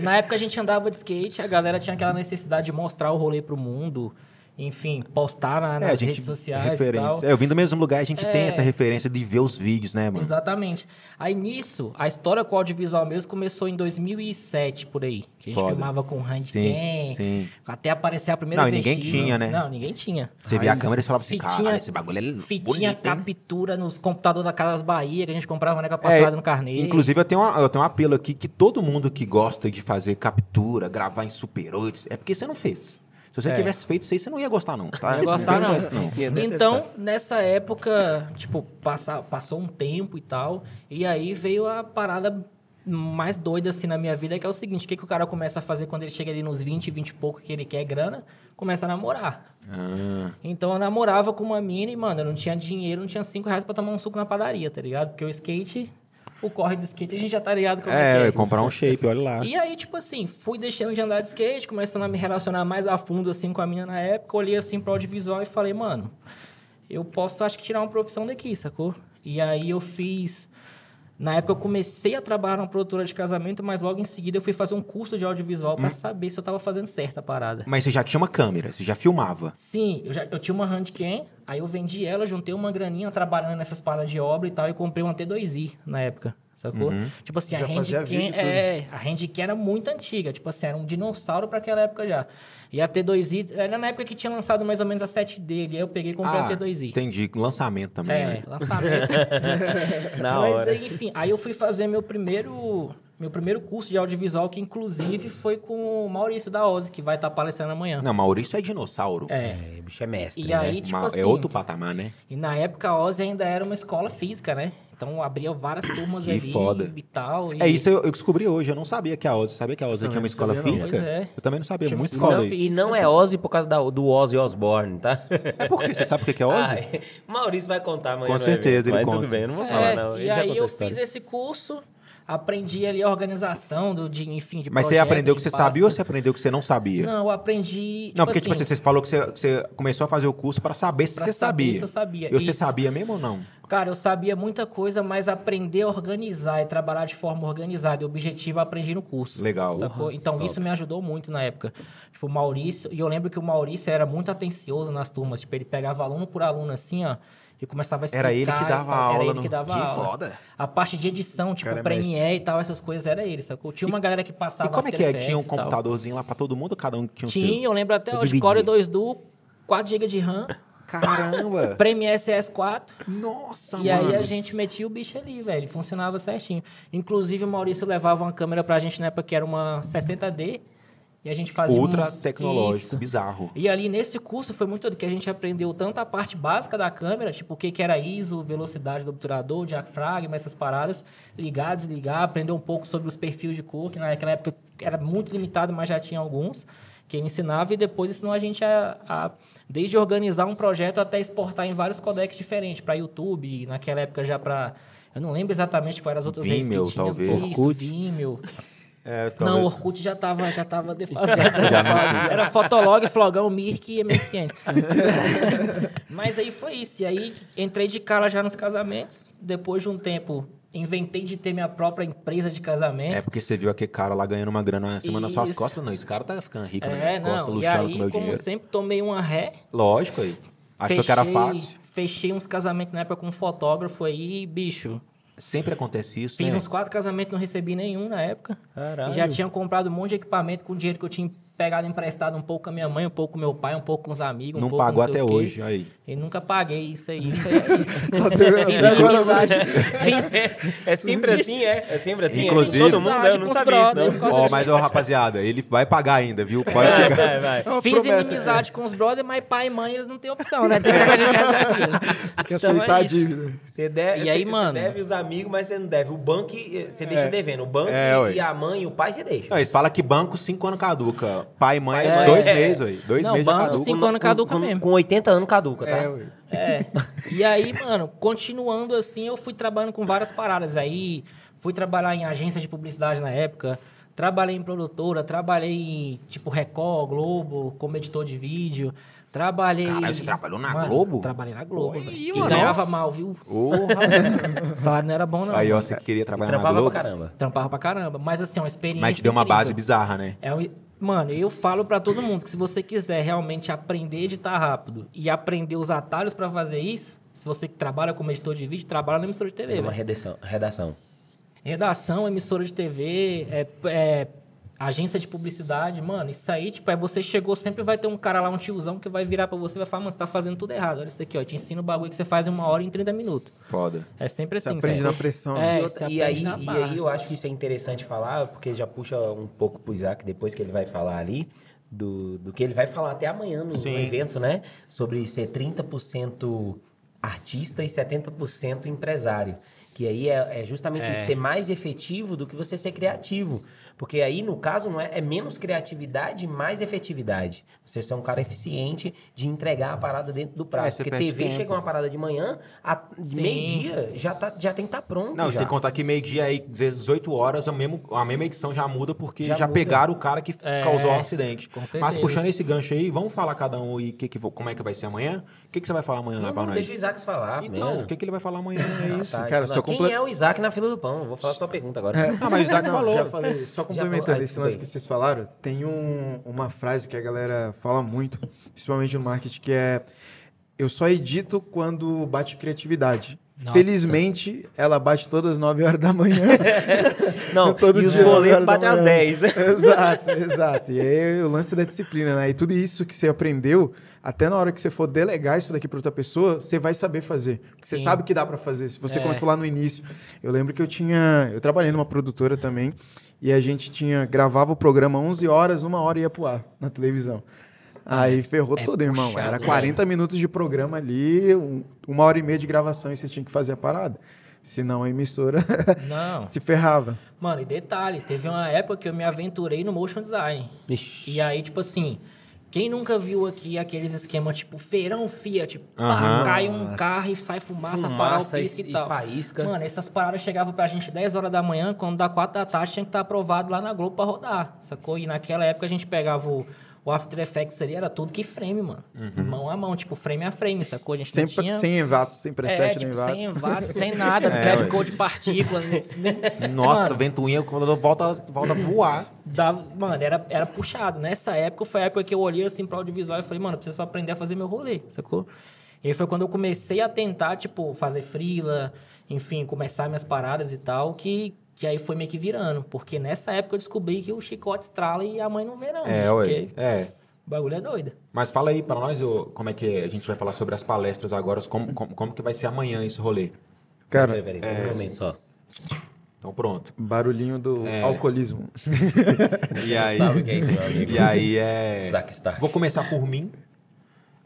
Speaker 4: na época a gente andava de skate, a galera tinha aquela necessidade de mostrar o rolê pro mundo, enfim, postar na-
Speaker 2: não.
Speaker 4: tá nas
Speaker 2: É, a gente,
Speaker 4: redes sociais
Speaker 2: referência.
Speaker 4: e tal.
Speaker 2: É, eu vim do mesmo lugar, a gente tem essa referência de ver os vídeos, né, mano?
Speaker 4: Exatamente. Aí nisso, a história com o audiovisual mesmo começou em 2007, por aí. Que a gente
Speaker 2: Foda.
Speaker 4: filmava com
Speaker 2: Sim,
Speaker 4: handcam,
Speaker 2: sim.
Speaker 4: até aparecer a primeira
Speaker 2: Não, e
Speaker 4: vez.
Speaker 2: ninguém tinha, né?
Speaker 4: Não, ninguém tinha.
Speaker 2: Você via a câmera e falava assim,
Speaker 4: Fitinha-
Speaker 2: cara, esse bagulho é
Speaker 4: Fitinha
Speaker 2: bonito, hein?
Speaker 4: captura nos computadores da Casas Bahia, que a gente comprava na época
Speaker 2: É,
Speaker 4: passada no carneiro.
Speaker 2: Inclusive, eu tenho, uma- eu tenho um apelo aqui que todo mundo que gosta de fazer captura, gravar em Super 8, é porque você não fez. Se você
Speaker 4: É.
Speaker 2: tivesse feito isso aí, você não ia gostar, não. Tá?
Speaker 4: Não ia gostar,
Speaker 2: Não
Speaker 4: não.
Speaker 2: faz isso, não.
Speaker 4: Então, nessa época, tipo, passa, passou um tempo e tal, e aí veio a parada mais doida, assim, na minha vida, que é o seguinte, o que, que o cara começa a fazer quando ele chega ali nos 20, 20 e pouco, que ele quer grana? Começa a namorar.
Speaker 2: Ah.
Speaker 4: Então, eu namorava com uma mina e, mano, eu não tinha dinheiro, não tinha 5 reais pra tomar um suco na padaria, tá ligado? Porque o skate, o corre do skate, a gente já tá ligado como
Speaker 2: É, eu
Speaker 4: que
Speaker 2: ia comprar um shape, olha lá.
Speaker 4: e aí, tipo assim, fui deixando de andar de skate, começando a me relacionar mais a fundo, assim, com a minha na época. Olhei, assim, pro audiovisual e falei, mano, eu posso, acho que, tirar uma profissão daqui, sacou? E aí eu fiz... Na época eu comecei a trabalhar numa produtora de casamento, mas logo em seguida eu fui fazer um curso de audiovisual pra saber se eu tava fazendo certo a parada.
Speaker 2: Mas você já tinha uma câmera, você já filmava.
Speaker 4: Sim, eu, já, eu tinha uma handcam, aí eu vendi ela, juntei uma graninha trabalhando nessas paradas de obra e tal, e comprei uma T2i na época, sacou? Tipo assim, a
Speaker 5: Uhum. Já fazia
Speaker 4: handcam,
Speaker 5: vídeo e tudo.
Speaker 4: é, a handcam era muito antiga, tipo assim, era um dinossauro pra aquela época já. E a T2i, era na época que tinha lançado mais ou menos a 7D, e aí eu peguei e
Speaker 5: Ah,
Speaker 4: comprei a T2i.
Speaker 2: Ah, entendi. Lançamento também,
Speaker 4: É,
Speaker 2: né?
Speaker 4: lançamento.
Speaker 5: (laughs)
Speaker 3: Na
Speaker 4: Mas
Speaker 3: hora.
Speaker 4: aí, enfim, aí eu fui fazer meu primeiro, meu primeiro curso de audiovisual, que inclusive foi com o Maurício da Ozzy, que vai estar palestrando amanhã.
Speaker 2: Não, Maurício é dinossauro.
Speaker 4: É.
Speaker 3: É, o bicho é mestre,
Speaker 4: E
Speaker 3: né?
Speaker 4: aí, tipo
Speaker 2: Ma-
Speaker 4: assim...
Speaker 2: é outro patamar, né?
Speaker 4: E na época a Ozzy ainda era uma escola física, né? Então abria várias turmas
Speaker 2: Que
Speaker 4: ali
Speaker 2: foda.
Speaker 4: e tal. E
Speaker 2: É isso eu, eu descobri hoje. Eu não sabia que a Ozzy. Sabia que a Ozzy tinha uma
Speaker 5: não
Speaker 2: escola
Speaker 5: sabia, não.
Speaker 2: física?
Speaker 4: Pois é.
Speaker 2: Eu também não sabia.
Speaker 4: Tinha uma
Speaker 2: Muito
Speaker 4: escola
Speaker 2: foda
Speaker 3: Não,
Speaker 2: isso.
Speaker 3: e não é Ozzy por causa da- do Ozzy Osbourne, tá?
Speaker 2: É porque você sabe o que é Ozzy?
Speaker 3: (laughs) Ai, Maurício vai contar amanhã.
Speaker 2: Com
Speaker 3: no evento,
Speaker 2: certeza, ele
Speaker 3: mas
Speaker 2: conta.
Speaker 3: tudo bem, eu não vou
Speaker 4: É,
Speaker 3: falar, não. Ele
Speaker 4: e
Speaker 3: já
Speaker 4: aí
Speaker 3: contou a
Speaker 4: eu
Speaker 3: história.
Speaker 4: fiz
Speaker 3: (laughs)
Speaker 4: esse curso, aprendi ali a organização do, de, enfim, de
Speaker 2: Mas você
Speaker 4: projeto,
Speaker 2: aprendeu o que você
Speaker 4: de pasta.
Speaker 2: sabia ou você aprendeu o que você não sabia?
Speaker 4: Não, eu aprendi.
Speaker 2: não, porque tipo
Speaker 4: assim,
Speaker 2: assim, você falou que você, que você começou a fazer o curso pra saber se
Speaker 4: Pra
Speaker 2: você
Speaker 4: saber
Speaker 2: sabia.
Speaker 4: se eu sabia,
Speaker 2: E você
Speaker 4: isso.
Speaker 2: sabia mesmo ou não?
Speaker 4: Cara, eu sabia muita coisa, mas aprender a organizar e trabalhar de forma organizada e objetiva, eu aprendi no curso.
Speaker 2: Legal.
Speaker 4: Sacou? Então, isso me ajudou muito na época. Tipo, o Maurício... E eu lembro que o Maurício era muito atencioso nas turmas. Tipo, ele pegava aluno por aluno, assim, ó. E começava a explicar.
Speaker 2: Era ele que
Speaker 4: e
Speaker 2: dava
Speaker 4: tal.
Speaker 2: aula
Speaker 4: Era ele
Speaker 2: no-
Speaker 4: que dava
Speaker 2: Que
Speaker 4: aula.
Speaker 2: foda.
Speaker 4: A parte de edição, tipo,
Speaker 5: Cara é
Speaker 4: Premiere e tal, essas coisas, era ele, sacou? Tinha uma galera que
Speaker 2: E
Speaker 4: passava...
Speaker 2: como é
Speaker 4: After
Speaker 2: que é? Tinha um
Speaker 4: Effects e tal.
Speaker 2: computadorzinho lá pra todo mundo? Cada um tinha um
Speaker 4: Tinha, eu
Speaker 2: seu?
Speaker 4: lembro até
Speaker 2: Eu
Speaker 4: hoje.
Speaker 2: dividia.
Speaker 4: Core 2 Duo, 4 GB de RAM, (laughs)
Speaker 2: Caramba!
Speaker 4: Premiere CS4...
Speaker 2: Nossa,
Speaker 4: E
Speaker 2: mano.
Speaker 4: aí a gente metia o bicho ali, velho. Ele funcionava certinho. Inclusive, o Maurício levava uma câmera pra gente na época que era uma 60D. E a gente fazia.
Speaker 2: Ultra
Speaker 4: uns-
Speaker 2: tecnológico,
Speaker 4: Isso.
Speaker 2: bizarro.
Speaker 4: E ali nesse curso foi muito do que a gente aprendeu tanto a parte básica da câmera, tipo o que, que era ISO, velocidade do obturador, diafragma, essas paradas, ligar, desligar, aprender um pouco sobre os perfis de cor, que naquela época era muito limitado, mas já tinha alguns. que ele ensinava, e depois ensinou a gente a, a- desde organizar um projeto até exportar em vários codecs diferentes, para YouTube, naquela época já para. Eu não lembro exatamente quais eram as outras
Speaker 2: Vimeo,
Speaker 4: redes que tinha.
Speaker 2: talvez.
Speaker 4: Isso,
Speaker 3: Orkut.
Speaker 4: Vimeo.
Speaker 2: É,
Speaker 4: Não, o
Speaker 2: talvez-
Speaker 4: Orkut já tava,
Speaker 2: (laughs)
Speaker 4: já tava defasado. Era Fotolog, Flogão, Mirk e MSN. (laughs) Mas aí foi isso. E aí entrei de cara já nos casamentos. Depois de um tempo, inventei de ter minha própria empresa de casamento.
Speaker 2: É porque você viu aquele cara lá ganhando uma grana em cima nas suas
Speaker 4: Isso.
Speaker 2: costas. Não, esse cara tá ficando rico nas
Speaker 4: É,
Speaker 2: minhas costas,
Speaker 4: não. E
Speaker 2: luxando
Speaker 4: aí,
Speaker 2: com meu
Speaker 4: como
Speaker 2: dinheiro.
Speaker 4: sempre, tomei uma ré.
Speaker 2: Lógico aí. Achou que era
Speaker 4: Fechei-
Speaker 2: fácil.
Speaker 4: Fechei uns casamentos na época com um fotógrafo aí, e, bicho.
Speaker 2: Sempre acontece isso,
Speaker 4: Fiz
Speaker 2: né?
Speaker 4: uns quatro casamentos, não recebi nenhum na época.
Speaker 3: Caralho.
Speaker 4: E já tinha comprado um monte de equipamento com dinheiro que eu tinha pegado emprestado um pouco com a minha mãe, um pouco com meu pai, um pouco com os amigos.
Speaker 2: Não
Speaker 4: um pouco
Speaker 2: pagou
Speaker 4: não sei
Speaker 2: até
Speaker 4: o quê.
Speaker 2: hoje, aí.
Speaker 4: E nunca paguei isso aí.
Speaker 2: (laughs)
Speaker 4: Isso aí.
Speaker 5: Tá Até agora,
Speaker 4: amizade.
Speaker 3: É sempre assim, é. É sempre assim.
Speaker 2: Inclusive-
Speaker 3: é. Todo mundo, né? eu
Speaker 4: Com
Speaker 3: não
Speaker 4: os
Speaker 3: sabia isso,
Speaker 4: brother,
Speaker 3: não.
Speaker 4: com as
Speaker 2: Ó, mas
Speaker 4: (laughs)
Speaker 2: ó, rapaziada, ele vai pagar ainda, viu? Pode
Speaker 3: Vai,
Speaker 2: chegar.
Speaker 3: vai, vai.
Speaker 5: uma
Speaker 4: Fiz
Speaker 5: promessa,
Speaker 4: inimizade com os brothers, mas pai e mãe eles não têm opção, né? Tem
Speaker 2: (laughs)
Speaker 4: que aceitar
Speaker 5: Tem que aceitar a dívida.
Speaker 3: Você deve,
Speaker 4: E
Speaker 3: você-
Speaker 4: aí,
Speaker 3: você
Speaker 4: mano?
Speaker 3: deve os amigos, mas você não deve. O banco, eh, você deixa devendo. O banco
Speaker 2: É, ué.
Speaker 3: e a mãe e o pai, você deixa.
Speaker 2: Não, eles falam que banco, cinco anos caduca. Pai e mãe,
Speaker 3: Pai e mãe,
Speaker 2: dois
Speaker 3: é.
Speaker 2: meses, aí. Dois
Speaker 4: Não,
Speaker 2: meses já
Speaker 4: banco,
Speaker 2: caduca.
Speaker 4: cinco anos caduca mesmo.
Speaker 3: Com 80 anos caduca, tá?
Speaker 5: É, ué.
Speaker 4: É. E aí, mano, continuando assim, eu fui trabalhando com várias paradas. Aí fui trabalhar em agência de publicidade na época, trabalhei em produtora, trabalhei em tipo Record, Globo, como editor de vídeo. Trabalhei.
Speaker 2: Caralho, você trabalhou na
Speaker 4: Mano,
Speaker 2: Globo?
Speaker 4: Trabalhei na Globo.
Speaker 2: Oi,
Speaker 4: velho. E
Speaker 2: mano,
Speaker 4: ganhava
Speaker 2: nossa.
Speaker 4: mal, viu?
Speaker 2: Porra.
Speaker 4: O salário não era bom, não.
Speaker 2: Aí, ó, você queria trabalhar na
Speaker 3: Trampava
Speaker 2: Globo,
Speaker 3: pra caramba.
Speaker 4: Trampava pra caramba. Mas assim, uma experiência.
Speaker 2: mas te deu uma
Speaker 4: incrível.
Speaker 2: base bizarra, né?
Speaker 4: É um- Mano, eu falo pra todo mundo que se você quiser realmente aprender a editar rápido e aprender os atalhos pra fazer isso, se você que trabalha como editor de vídeo, trabalha na emissora de
Speaker 5: É
Speaker 4: TV.
Speaker 3: Uma
Speaker 4: velho.
Speaker 3: redação. redação.
Speaker 4: Redação, emissora de TV, é- é agência de publicidade, mano, isso aí, tipo, é você chegou, sempre vai ter um cara lá, um tiozão, que vai virar pra você e vai falar, mano, você tá fazendo tudo errado. Olha isso aqui, ó, te ensina o bagulho que você faz em uma hora e em 30 minutos.
Speaker 2: Foda.
Speaker 4: É sempre
Speaker 5: Você
Speaker 4: assim.
Speaker 5: aprende
Speaker 4: sabe?
Speaker 5: na pressão.
Speaker 4: É,
Speaker 5: né?
Speaker 3: E,
Speaker 4: você
Speaker 3: outra- e
Speaker 4: aprende
Speaker 3: aí,
Speaker 4: na
Speaker 3: e
Speaker 4: barra.
Speaker 3: aí eu acho que isso é interessante falar, porque já puxa um pouco pro Isaac depois que ele vai falar ali, do, do que ele vai falar até amanhã no, no evento, né? Sobre ser 30% artista e 70% empresário. Que aí é, é justamente isso, ser mais efetivo do que você ser criativo. Porque aí, no caso, não é, é menos criatividade e mais efetividade. Você ser um cara eficiente de entregar a parada dentro do prazo.
Speaker 2: É, você
Speaker 3: porque
Speaker 2: perde
Speaker 3: TV
Speaker 2: tempo.
Speaker 3: chega uma parada de manhã, a-
Speaker 4: Sim.
Speaker 3: meio-dia já, tá, já tem que estar pronto.
Speaker 2: Não, e
Speaker 3: já.
Speaker 2: você contar que meio-dia aí, 18 horas, a, mesmo, a mesma edição já muda, porque já,
Speaker 3: Já muda.
Speaker 2: pegaram o cara que causou o acidente.
Speaker 4: com certeza.
Speaker 2: Mas puxando esse gancho aí, vamos falar cada um aí que que, vo- como é que vai ser amanhã? O que, que você vai falar amanhã lá
Speaker 3: Não,
Speaker 2: é pra
Speaker 3: não,
Speaker 2: nós?
Speaker 3: deixa o Isaac falar. né?
Speaker 2: Então, o que, que ele vai falar amanhã?
Speaker 3: Tá
Speaker 2: É isso.
Speaker 5: Cara, só
Speaker 3: Quem
Speaker 5: comple-
Speaker 3: é o Isaac na fila do pão? Eu Vou falar sua pergunta agora.
Speaker 2: Ah, mas o Isaac
Speaker 5: (laughs) Não,
Speaker 2: falou.
Speaker 5: Já falei. Só
Speaker 3: falou.
Speaker 5: complementando
Speaker 3: Ah,
Speaker 5: esse
Speaker 3: tudo
Speaker 5: lance
Speaker 3: bem.
Speaker 5: que vocês falaram, tem um- uma frase que a galera fala muito, principalmente no marketing, que é eu só edito quando bate criatividade.
Speaker 4: Nossa.
Speaker 5: Felizmente, ela bate todas as 9 horas da manhã.
Speaker 3: (laughs)
Speaker 2: (laughs)
Speaker 3: Não,
Speaker 5: Todo
Speaker 3: e os
Speaker 5: dia, nove
Speaker 3: boletos
Speaker 5: horas da
Speaker 3: batem às
Speaker 2: é.
Speaker 5: manhã.
Speaker 3: 10. (laughs)
Speaker 5: (laughs) exato, exato. E aí o lance da disciplina, né? E tudo isso que você aprendeu, até na hora que você for delegar isso daqui para outra pessoa, você vai saber fazer. Porque Você sabe que dá para fazer. Se
Speaker 4: É.
Speaker 5: você começou lá no início. Eu lembro que eu tinha. Eu trabalhei numa produtora também. E a gente tinha. Gravava o programa 11 horas, uma hora e ia pro ar na televisão. Aí ferrou
Speaker 4: é
Speaker 5: todo, irmão.
Speaker 4: puxado,
Speaker 5: Era
Speaker 4: né?
Speaker 5: 40 minutos de programa ali, um- uma hora e meia de gravação e você tinha que fazer a parada. Senão a emissora
Speaker 4: Não.
Speaker 5: (laughs) se ferrava.
Speaker 4: Mano, e detalhe, teve uma época que eu me aventurei no motion design. E aí, tipo assim, quem nunca viu aqui aqueles esquemas tipo feirão Fiat, tipo, pá,
Speaker 2: Aham.
Speaker 4: cai um carro e sai fumaça, farol,
Speaker 3: Fumaça
Speaker 4: pisca
Speaker 3: e,
Speaker 4: e, tal.
Speaker 3: faísca.
Speaker 4: Mano, essas paradas chegavam pra gente 10 horas da manhã, quando dá 4 da tarde tinha que estar aprovado lá na Globo pra rodar, sacou? E naquela época a gente pegava o, o After Effects ali, era tudo que frame, mano. Mão a mão, tipo frame a frame, sacou? A gente
Speaker 5: Sem,
Speaker 4: não tinha...
Speaker 5: Uhum. sem evato, sem preset,
Speaker 4: é, tipo,
Speaker 5: nem É, evato.
Speaker 4: sem vato,
Speaker 5: (laughs)
Speaker 4: sem nada, trap code partículas. nem-
Speaker 2: Nossa, ventoinha, quando volta, volta a voar.
Speaker 4: Dava, mano, era, era puxado. Nessa época foi a época que eu olhei assim pro audiovisual e falei, mano, eu preciso aprender a fazer meu rolê, sacou? E aí foi quando eu comecei a tentar, tipo, fazer frila, enfim, começar minhas paradas e tal, que, que aí foi meio que virando. Porque nessa época eu descobri que o chicote estrala e a mãe não
Speaker 5: Ah,
Speaker 4: vê, não.
Speaker 2: É,
Speaker 4: porque
Speaker 2: ué. É.
Speaker 4: o bagulho é doido.
Speaker 2: Mas fala aí pra nós ô, como é que a gente vai falar sobre as palestras agora, como, como, como que vai ser amanhã esse rolê.
Speaker 5: Cara,
Speaker 3: Peraí, peraí, um
Speaker 2: é.
Speaker 3: momento só.
Speaker 2: Então pronto.
Speaker 5: barulhinho do alcoolismo.
Speaker 3: (laughs)
Speaker 2: E aí,
Speaker 3: Sabe o que é isso, meu amigo?
Speaker 2: e aí é.
Speaker 3: Zack Stark.
Speaker 2: Vou começar por mim.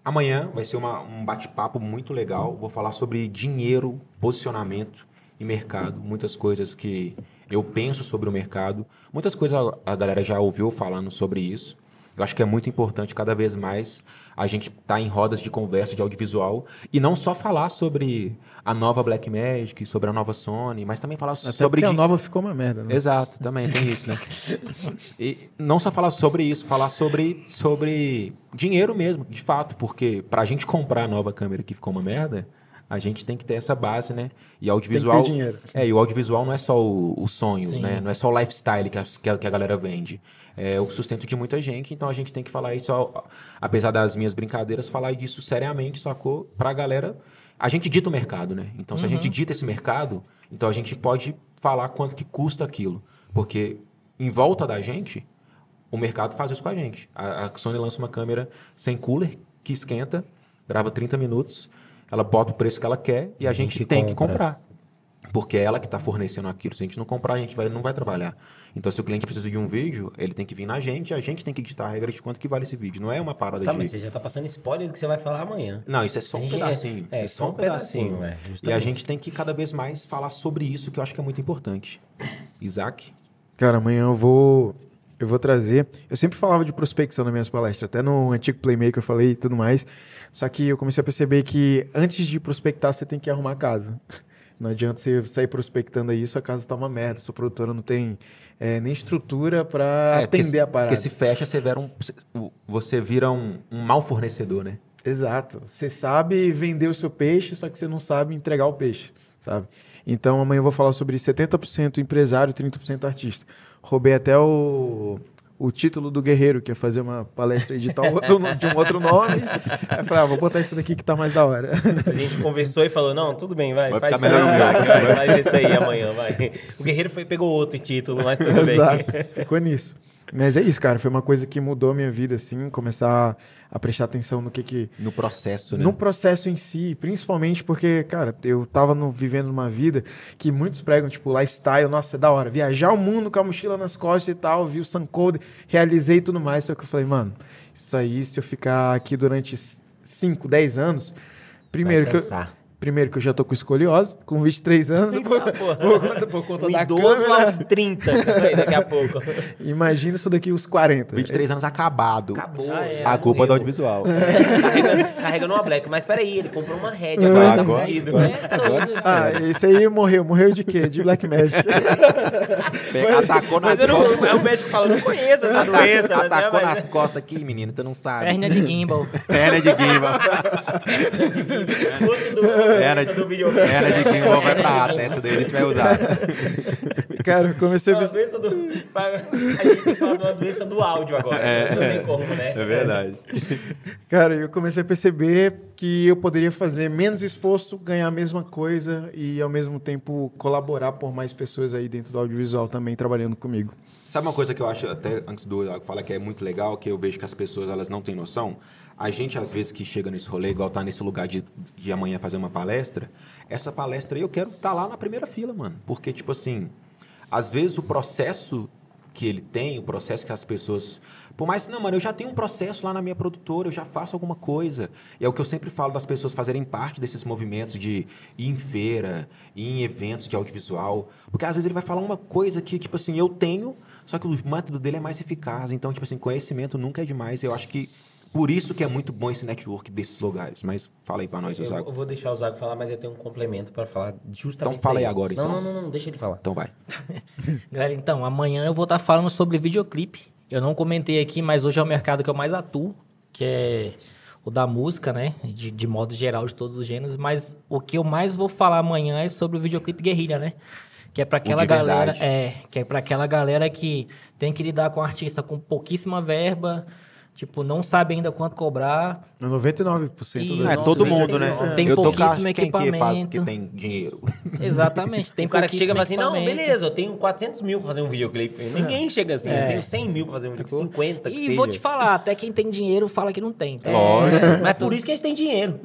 Speaker 2: Amanhã vai ser uma- um bate-papo muito legal. Vou falar sobre dinheiro, posicionamento e mercado. Muitas coisas que eu penso sobre o mercado. Muitas coisas a- a galera já ouviu falando sobre isso. Eu acho que é muito importante cada vez mais a gente estar em rodas de conversa de audiovisual e não só falar sobre a nova Blackmagic, sobre a nova Sony, mas também falar sobre
Speaker 3: é
Speaker 5: porque a
Speaker 2: di-
Speaker 5: nova ficou uma merda, né?
Speaker 2: Exato, também tem isso, né? E não só falar sobre isso, falar sobre, sobre dinheiro mesmo, de fato, porque para a gente comprar a nova câmera que ficou uma merda, a gente tem que ter essa base, né? E audiovisual.
Speaker 5: Tem que ter dinheiro.
Speaker 2: É, e o audiovisual não é só o, o sonho,
Speaker 4: Sim.
Speaker 2: né? Não é só o lifestyle que as- que a, que a galera vende. É o sustento de muita gente, então a gente tem que falar isso, ao- apesar das minhas brincadeiras, falar disso seriamente, sacou? Pra galera. A gente dita o mercado, né? Então, se a gente dita esse mercado, então a gente pode falar quanto que custa aquilo. Porque em volta da gente, o mercado faz isso com a gente. A, a Sony lança uma câmera sem cooler, que esquenta, grava 30 minutos, ela bota o preço que ela quer e a gente,
Speaker 3: gente
Speaker 2: tem que
Speaker 3: compra.
Speaker 2: comprar. Porque é ela que está fornecendo aquilo. Se a gente não comprar, a gente vai- não vai trabalhar. Então, se o cliente precisa de um vídeo, ele tem que vir na gente, a gente tem que ditar a regra de quanto que vale esse vídeo. Não é uma parada
Speaker 3: Tá,
Speaker 2: de.
Speaker 3: mas você já tá passando spoiler do que você vai falar amanhã.
Speaker 2: Não, isso é só um
Speaker 3: Gente, é-
Speaker 2: pedacinho. isso
Speaker 3: é,
Speaker 2: é só um pedacinho.
Speaker 3: é,
Speaker 2: e
Speaker 3: justamente.
Speaker 2: a gente tem que cada vez mais falar sobre isso, que eu acho que é muito importante. Isaac?
Speaker 5: Cara, amanhã eu vou. Eu vou trazer. Eu sempre falava de prospecção nas minhas palestras, até no antigo Playmaker eu falei e tudo mais. Só que eu comecei a perceber que antes de prospectar, você tem que arrumar a casa. (laughs) Não adianta você sair prospectando aí, sua casa tá uma merda, sua produtora não tem eh, nem estrutura para
Speaker 2: É, porque
Speaker 5: atender
Speaker 2: se-
Speaker 5: a parada.
Speaker 2: Porque se fecha, você vira um, você vira um, um mau fornecedor, né?
Speaker 5: Exato. Você sabe vender o seu peixe, só que você não sabe entregar o peixe, sabe? Então amanhã eu vou falar sobre 70% empresário, 30% artista. Roubei até o, o título do Guerreiro, que é fazer uma palestra aí de, (laughs) tal outro no- de um outro nome. Aí eu falei, ah, vou botar isso daqui que tá mais da hora.
Speaker 3: A gente conversou e falou, não, tudo bem, vai,
Speaker 2: Vai
Speaker 3: faz
Speaker 2: ficar melhor né?"
Speaker 3: isso aí,
Speaker 2: no jogo.
Speaker 3: vai, vai, faz isso aí amanhã, vai. O Guerreiro foi, pegou outro título, mas (laughs) tudo bem.
Speaker 5: Exato. Ficou nisso. Mas é isso, cara. Foi uma coisa que mudou a minha vida, assim. Começar a prestar atenção no que que...
Speaker 2: No processo, né?
Speaker 5: No processo em si, principalmente porque, cara, eu tava no- vivendo uma vida que muitos pregam, tipo, lifestyle, nossa, é da hora, viajar o mundo com a mochila nas costas e tal, vi o Suncold, realizei e tudo mais, só que eu falei, mano, isso aí, se eu ficar aqui durante 5, 10 anos, primeiro que eu...
Speaker 3: cansar.
Speaker 5: Primeiro que eu já tô com escoliose, com 23 anos, por, (laughs)
Speaker 3: porra.
Speaker 5: por conta, por conta
Speaker 3: Um
Speaker 5: da
Speaker 3: idoso né? aos
Speaker 5: câmera.
Speaker 3: 30, vai, daqui a pouco.
Speaker 5: Imagina isso daqui os 40.
Speaker 2: 23 anos acabado.
Speaker 3: Acabou.
Speaker 2: A culpa é do
Speaker 3: Deu.
Speaker 2: audiovisual.
Speaker 3: (laughs) Carrega, carrega numa black, mas peraí, ele comprou uma red agora, tá
Speaker 2: Agora-
Speaker 3: fudido.
Speaker 4: É doido.
Speaker 5: Ah, esse aí morreu. Morreu de quê? De Black Magic. (laughs)
Speaker 2: Atacou nas
Speaker 3: Mas eu não,
Speaker 2: costas.
Speaker 3: aí o médico fala, não conheço essa
Speaker 2: tá
Speaker 3: doença. mas, né,
Speaker 2: Atacou
Speaker 3: mas-
Speaker 2: nas costas aqui, menino, você não sabe.
Speaker 4: Perna de gimbal.
Speaker 2: Perna de
Speaker 3: (laughs)
Speaker 2: gimbal.
Speaker 3: Outro do, doença
Speaker 2: de-
Speaker 3: do videogame. É
Speaker 2: Perna de gimbal vai pra ata, essa daí a gente vai usar.
Speaker 5: Cara, eu comecei a
Speaker 3: Não, a
Speaker 5: vis-
Speaker 3: doença do. A gente fala de uma doença do áudio agora.
Speaker 2: É.
Speaker 3: não tem como, né?
Speaker 2: verdade.
Speaker 5: Cara, eu comecei a perceber que eu poderia fazer menos esforço, ganhar a mesma coisa e, ao mesmo tempo, colaborar por mais pessoas aí dentro do audiovisual também trabalhando comigo.
Speaker 2: Sabe uma coisa que eu acho, até antes do Iago falar, que é muito legal, que eu vejo que as pessoas elas não têm noção? A gente, às vezes, que chega nesse rolê, igual tá nesse lugar de, de amanhã fazer uma palestra, essa palestra aí eu quero estar lá na primeira fila, mano. Porque, tipo assim, às vezes o processo que ele tem, o processo que as pessoas. Por mais que, não, mano, eu já tenho um processo lá na minha produtora, eu já faço alguma coisa. E é o que eu sempre falo das pessoas fazerem parte desses movimentos de ir em feira, ir em eventos de audiovisual. Porque às vezes ele vai falar uma coisa que, tipo assim, eu tenho, só que o método dele é mais eficaz. Então, tipo assim, conhecimento nunca é demais. Eu acho que por isso que é muito bom esse network desses lugares. Mas fala aí pra nós,
Speaker 3: Eu,
Speaker 2: Zago.
Speaker 3: eu vou deixar o Zago falar, mas eu tenho um complemento pra falar justamente.
Speaker 2: Então fala
Speaker 3: isso
Speaker 2: aí agora,
Speaker 3: Não,
Speaker 2: então.
Speaker 3: não, não, não, deixa ele falar.
Speaker 2: Então vai.
Speaker 4: Galera, então, amanhã eu vou estar falando sobre videoclipe. Eu não comentei aqui, mas hoje é o mercado que eu mais atuo, que é o da música, né? De, de modo geral, de todos os gêneros. Mas o que eu mais vou falar amanhã é sobre o videoclipe guerrilha, né? Que é pra aquela
Speaker 2: de
Speaker 4: galera.
Speaker 2: verdade.
Speaker 4: É, que é pra aquela galera que tem que lidar com o artista com pouquíssima verba, tipo, não sabe ainda
Speaker 2: (laughs)
Speaker 4: quanto cobrar.
Speaker 5: 99%
Speaker 4: Isso.
Speaker 5: das
Speaker 2: é todo
Speaker 4: tem-
Speaker 2: mundo, né?
Speaker 4: tem
Speaker 2: eu tô com a-
Speaker 4: pouquíssimo
Speaker 2: quem que faz
Speaker 4: equipamento.
Speaker 2: que tem (laughs) dinheiro.
Speaker 4: Exatamente.
Speaker 3: Tem
Speaker 4: Tem
Speaker 3: cara que chega e fala assim,
Speaker 4: pouquíssimo
Speaker 3: não,
Speaker 4: equipamento.
Speaker 3: beleza, eu tenho 400 mil pra fazer um videoclipe.
Speaker 2: É.
Speaker 3: Ninguém chega assim, eu tenho 100 mil pra fazer um videoclipe, 50 que
Speaker 4: É. E
Speaker 3: seja. é
Speaker 4: vou te falar, até quem tem dinheiro fala que não tem. Tá? É.
Speaker 2: Lógico.
Speaker 3: Mas por isso que a gente tem dinheiro.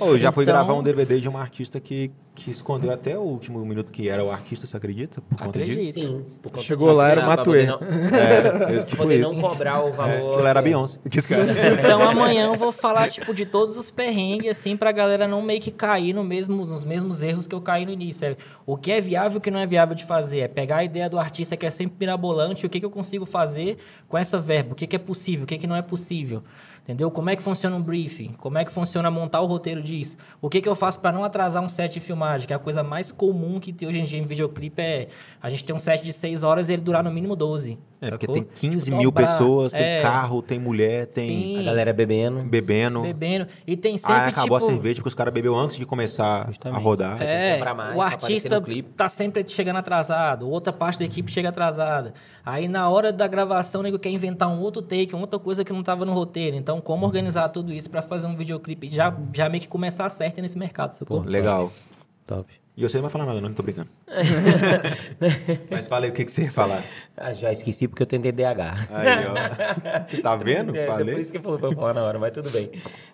Speaker 2: Ô, eu já fui
Speaker 4: Então-
Speaker 2: gravar um DVD de uma artista que Que escondeu até o último minuto que era o artista, você acredita? Por conta
Speaker 4: Acredito.
Speaker 2: disso?
Speaker 3: Sim. por conta
Speaker 5: Chegou
Speaker 3: disso.
Speaker 5: lá, era o
Speaker 3: Pra poder
Speaker 5: Matuê.
Speaker 3: não-
Speaker 2: É, é,
Speaker 4: (laughs)
Speaker 3: pra
Speaker 2: tipo
Speaker 3: poder
Speaker 2: isso.
Speaker 3: não cobrar o valor.
Speaker 2: É, aquilo era a Beyoncé. (laughs) que é. esse cara-
Speaker 4: Então amanhã eu vou falar, tipo, de todos os perrengues, assim, pra galera não meio que cair no mesmo, nos mesmos erros que eu caí no início. É, o que é viável e o que não é viável de fazer? É pegar a ideia do artista que é sempre mirabolante, o que, que eu consigo fazer com essa verba? O que, que é possível? O que, que não é possível? Entendeu? Como é que funciona um briefing? Como é que funciona montar o roteiro disso? O que, que eu faço pra não atrasar um set de filmagem? Que é a coisa mais comum que tem hoje em dia em videoclipe é a gente ter um set de 6 horas e ele durar no mínimo 12.
Speaker 2: É, porque
Speaker 4: sacou?
Speaker 2: tem 15
Speaker 4: Tipo,
Speaker 2: mil
Speaker 4: dobrar.
Speaker 2: pessoas, tem
Speaker 4: É,
Speaker 2: carro, tem mulher, tem
Speaker 4: Sim.
Speaker 3: A galera bebendo.
Speaker 2: bebendo.
Speaker 4: bebendo. E tem sempre,
Speaker 2: Ah, acabou
Speaker 4: tipo,
Speaker 2: a cerveja porque os caras bebeu antes de começar a
Speaker 3: Justamente.
Speaker 2: rodar.
Speaker 3: É. tem que comprar mais
Speaker 4: o
Speaker 3: pra aparecer
Speaker 4: artista
Speaker 3: no clipe.
Speaker 4: tá sempre chegando atrasado, outra parte da equipe chega atrasada. Aí na hora da gravação, o nego quer inventar um outro take, uma outra coisa que não tava no roteiro. Então, como organizar tudo isso pra fazer um videoclipe e já já meio que começar certo nesse mercado,
Speaker 2: Pô,
Speaker 4: sacou?
Speaker 2: legal.
Speaker 3: Top.
Speaker 2: E você não vai falar nada, não, não tô
Speaker 3: (laughs)
Speaker 2: brincando. Mas fala aí o que, que você ia falar.
Speaker 3: Ah, já esqueci porque eu tentei (laughs) DH.
Speaker 2: Aí, ó. (laughs) Tá vendo?
Speaker 3: É,
Speaker 2: Falei.
Speaker 3: Por isso que falou pra eu falar na hora, mas tudo bem.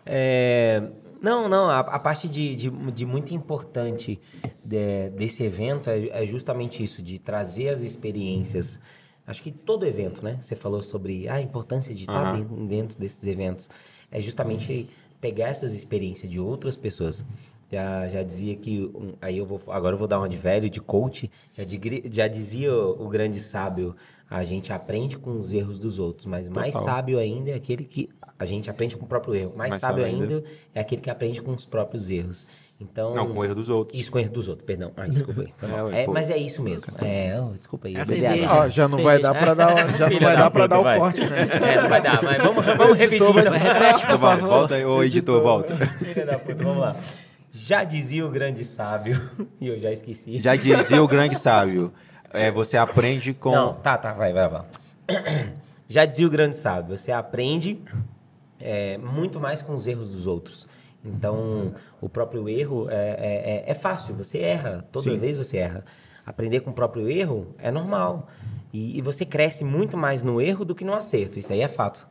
Speaker 3: É, não, não, a, a parte de, de, de muito importante de- desse evento é, é justamente isso, de trazer as experiências. Acho que todo evento, né? Você falou sobre a importância de estar
Speaker 2: Aham.
Speaker 3: dentro, dentro desses eventos. É justamente pegar essas experiências de outras pessoas. Já, já dizia que. um, Aí eu vou. Agora eu vou dar uma de velho, de coach. Já, digri- já dizia o, o grande sábio: a gente aprende com os erros dos outros, mas mais
Speaker 2: Total.
Speaker 3: sábio sábio ainda é aquele que a gente aprende com o próprio erro. Mais,
Speaker 2: Mais
Speaker 3: sábio
Speaker 2: sábio
Speaker 3: ainda.
Speaker 2: ainda.
Speaker 3: é aquele que aprende com os próprios erros. Então,
Speaker 2: Não, com o erro dos outros.
Speaker 3: Isso, com o erro dos outros, perdão. Ai, desculpa aí. foi
Speaker 2: (laughs)
Speaker 3: mal.
Speaker 2: É, ué,
Speaker 3: É,
Speaker 2: pô.
Speaker 3: mas é isso mesmo. É, ô, desculpa aí.
Speaker 4: É
Speaker 3: eu
Speaker 4: a
Speaker 3: bebi
Speaker 4: cerveja.
Speaker 3: água.
Speaker 4: (laughs)
Speaker 5: Ó, Ah, já não vai dar pra dar, já não
Speaker 3: Filha
Speaker 5: vai
Speaker 3: da
Speaker 5: dar pra
Speaker 3: puta,
Speaker 5: dar o
Speaker 3: vai.
Speaker 5: corte, né?
Speaker 3: É, não vai dar, mas vamos, vamos repetir.
Speaker 5: editor vai
Speaker 3: então.
Speaker 5: se-
Speaker 3: Repete,
Speaker 2: Então
Speaker 3: por
Speaker 2: vai,
Speaker 3: favor.
Speaker 2: volta aí,
Speaker 3: (laughs)
Speaker 2: ô editor, volta.
Speaker 3: Filha da puta, vamos lá. Já dizia o grande sábio, (laughs) e eu já esqueci.
Speaker 2: Já dizia o grande sábio. É, você aprende com.
Speaker 3: Não, tá, tá, vai, vai, vai. (clears throat) Já dizia o grande sábio, você aprende é, muito mais com os erros dos outros. Então, o próprio erro é, é- é- é fácil, você erra, toda
Speaker 2: Sim.
Speaker 3: vez você erra. Aprender com o próprio erro é normal. E, e você cresce muito mais no erro do que no acerto, isso aí é fato.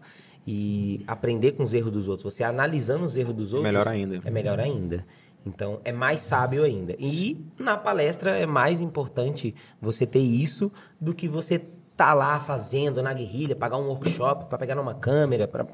Speaker 3: E aprender com os erros dos outros, você analisando os erros dos outros.
Speaker 2: melhor ainda.
Speaker 3: É melhor ainda. Então, é mais sábio ainda. E na palestra é mais importante você ter isso do que você tá lá fazendo na guerrilha, pagar um workshop para pegar numa câmera, para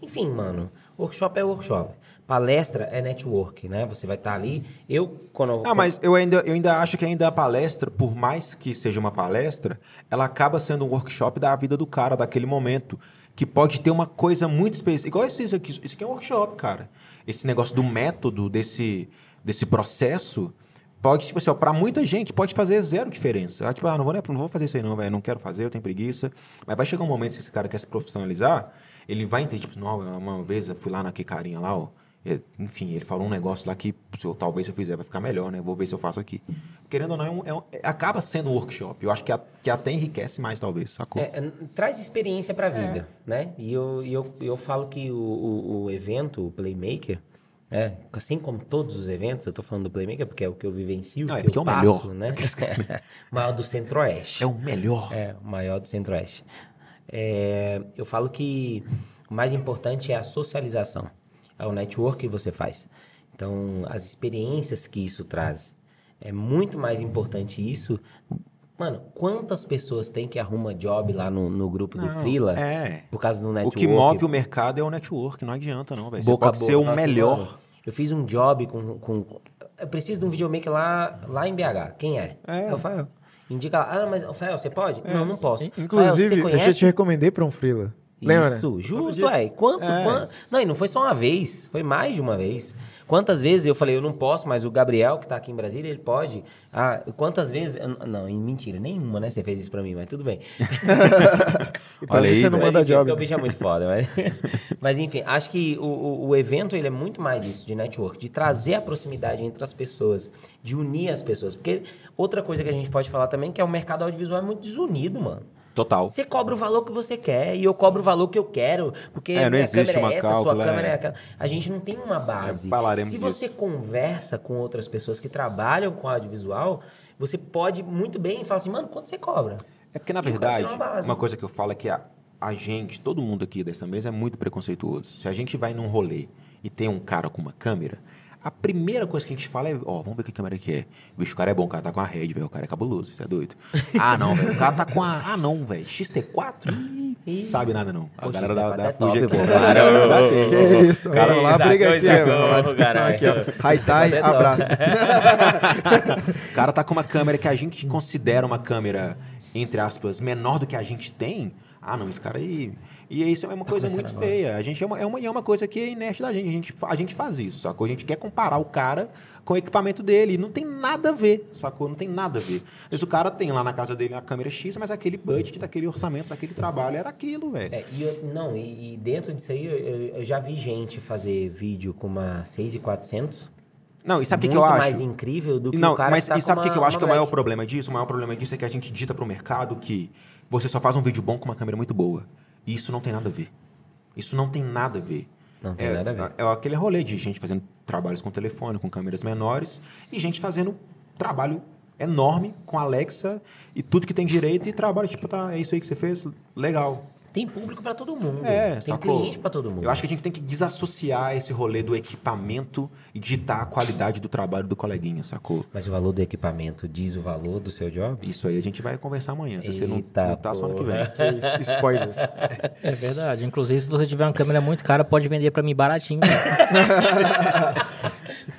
Speaker 3: enfim, mano. Workshop é workshop. Palestra é network, né? Você vai estar ali. Eu quando
Speaker 2: Ah, mas eu ainda, eu ainda acho que ainda a palestra, por mais que seja uma palestra, ela acaba sendo um workshop da vida do cara, daquele momento. Que pode ter uma coisa muito específica. Igual esse, isso aqui. Isso aqui é um workshop, cara. Esse negócio do método, desse, desse processo, pode, tipo assim, ó, pra muita gente, pode fazer zero diferença. Ah, tipo, ah, não vou, né, não vou fazer isso aí não, velho. Não quero fazer, eu tenho preguiça. Mas vai chegar um momento que esse cara quer se profissionalizar, ele vai entender, tipo, não, uma vez eu fui lá naquele carinha lá, ó. É, Enfim, ele falou um negócio lá que se eu, talvez se eu fizer vai ficar melhor, né? Vou ver se eu faço aqui. Querendo ou não, é um- é um- é- acaba sendo um workshop. Eu acho que, a- que até enriquece mais, talvez, sacou?
Speaker 3: É, é, traz experiência para a vida,
Speaker 2: É.
Speaker 3: né? E eu, e eu, eu falo que o, o, o evento, o Playmaker, é, assim como todos os eventos, eu tô falando do Playmaker porque é o que eu vivencio,
Speaker 2: Não, é
Speaker 3: que
Speaker 2: porque é
Speaker 3: eu
Speaker 2: o
Speaker 3: passo,
Speaker 2: melhor.
Speaker 3: né?
Speaker 2: (laughs)
Speaker 3: (laughs) Maior do Centro-Oeste.
Speaker 2: É o melhor.
Speaker 3: É, o maior do Centro-Oeste. É, eu falo que o mais importante é a socialização, é o network que você faz. Então, as experiências que isso traz. É muito mais importante isso. Mano, quantas pessoas tem que arruma job lá no, no grupo do
Speaker 2: Não,
Speaker 3: Freela
Speaker 2: é.
Speaker 3: por causa do
Speaker 2: o
Speaker 3: network?
Speaker 2: que move o mercado é o network, não adianta, não, velho. Você
Speaker 3: boca a
Speaker 2: pode ser
Speaker 3: boca.
Speaker 2: o
Speaker 5: tá
Speaker 3: Fala assim,
Speaker 2: melhor. (laughs)
Speaker 3: "Mano, eu fiz um job com, com. Eu preciso de um videomaker lá, lá em BH. Quem é?
Speaker 2: É.
Speaker 3: o Fael. Indica lá. Ah, mas, Rafael, você pode? Não, não posso.
Speaker 5: É. Inclusive,
Speaker 3: "Fael,
Speaker 5: eu já te recomendei pra um Freela. Lembra?
Speaker 3: Isso, justo, é. Quanto, quan- Não, e não foi só uma vez, foi mais de uma vez. Quantas vezes eu falei, eu não posso, mas o Gabriel, que tá aqui em Brasília, ele pode. Ah, quantas vezes. Não, em- mentira, nenhuma, né? Você fez isso pra mim, mas tudo bem.
Speaker 5: E pra
Speaker 2: Olha
Speaker 5: mim
Speaker 2: aí,
Speaker 5: você não
Speaker 2: velho.
Speaker 5: manda
Speaker 3: Mas, enfim,
Speaker 5: job.
Speaker 3: porque O bicho é muito foda, mas... (laughs) mas enfim, acho que o, o, o evento ele é muito mais isso, de network, de trazer a proximidade entre as pessoas, de unir as pessoas. Porque outra coisa que a gente pode falar também é que é o mercado audiovisual é muito desunido, mano.
Speaker 2: Total.
Speaker 3: Você cobra o valor que você quer e eu cobro o valor que eu quero, porque
Speaker 2: É, não
Speaker 3: minha
Speaker 2: existe
Speaker 3: câmera
Speaker 2: uma
Speaker 3: é essa,
Speaker 2: cálcula,
Speaker 3: sua câmera
Speaker 2: é.
Speaker 3: é aquela. A gente não tem uma base.
Speaker 2: É, falaremos
Speaker 3: Se você conversa com outras pessoas que trabalham com audiovisual, você pode muito bem falar assim, mano, quanto você cobra?
Speaker 2: É porque, na
Speaker 3: Eu quero
Speaker 2: verdade,
Speaker 3: tirar uma base.
Speaker 2: uma coisa que eu falo é que a, a gente, todo mundo aqui dessa mesa, é muito preconceituoso. Se a gente vai num rolê e tem um cara com uma câmera, A primeira coisa que a gente fala é, ó, vamos ver que câmera que é. Bicho, o cara é bom, o cara tá com a Red, velho. O cara é cabuloso, isso é doido. Ah, não, velho. O cara tá com a. Ah, não, velho. XT4? Ih, Sabe nada, não. A
Speaker 3: Pô,
Speaker 2: galera
Speaker 3: XT4
Speaker 2: da, da
Speaker 3: é top,
Speaker 2: Fuji aqui.
Speaker 3: pô.
Speaker 2: Cara, da
Speaker 5: Que
Speaker 2: Fuji.
Speaker 5: isso?
Speaker 2: Cara,
Speaker 5: Cara, lá
Speaker 3: Isaac,
Speaker 5: briga aqui,
Speaker 3: Isaac,
Speaker 5: ó.
Speaker 3: ô,
Speaker 5: Uma discussão
Speaker 3: caralho.
Speaker 5: aqui, ó. High tie,
Speaker 3: Isaac é
Speaker 5: abraço.
Speaker 2: O cara tá com uma câmera que a gente considera uma câmera, entre aspas, menor do que a gente tem. Ah, não, esse cara aí. E isso
Speaker 3: Tá
Speaker 2: é uma coisa muito feia. A gente é uma, é, uma, e é uma coisa que é inerte da gente. A gente, fa- a gente faz isso, sacou? A gente quer comparar o cara com o equipamento dele. E Não tem nada a ver, sacou? Não tem nada a ver. Mas o cara tem lá na casa dele a câmera X, mas aquele budget daquele orçamento, daquele trabalho era aquilo, velho.
Speaker 3: É, e eu- não, e, e dentro disso aí, eu, eu- eu já vi gente fazer vídeo com uma 6,400.
Speaker 2: Não, e sabe o que,
Speaker 3: muito
Speaker 2: que eu acho?
Speaker 3: mais incrível do que
Speaker 2: Não,
Speaker 3: o cara
Speaker 2: mas
Speaker 3: que tá
Speaker 2: e sabe o que,
Speaker 3: com
Speaker 2: que eu
Speaker 3: uma-
Speaker 2: acho que é o
Speaker 3: uma
Speaker 2: maior
Speaker 3: Black.
Speaker 2: problema disso? O maior problema disso é que a gente dita pro mercado que você só faz um vídeo bom com uma câmera muito boa. E isso não tem nada a ver. Isso não tem nada a ver.
Speaker 3: Não tem
Speaker 2: é,
Speaker 3: nada a ver.
Speaker 2: É aquele rolê de gente fazendo trabalhos com telefone, com câmeras menores, e gente fazendo trabalho enorme com Alexa e tudo que tem direito, e trabalho, tipo, tá, é isso aí que você fez? Legal.
Speaker 3: Tem público pra todo mundo.
Speaker 2: É,
Speaker 3: tem
Speaker 2: sacou?
Speaker 3: cliente pra todo mundo.
Speaker 2: Eu acho que a gente tem que desassociar esse rolê do equipamento e ditar a qualidade do trabalho do coleguinha, sacou?
Speaker 3: Mas o valor do equipamento diz o valor do seu job?
Speaker 2: Isso aí a gente vai conversar amanhã. Se você não,
Speaker 3: Eita,
Speaker 2: não tá, só ano que vem.
Speaker 3: porra. (laughs)
Speaker 5: Que isso, Spoilers.
Speaker 4: É verdade. Inclusive, se você tiver uma câmera muito cara, pode vender pra mim baratinho. (laughs)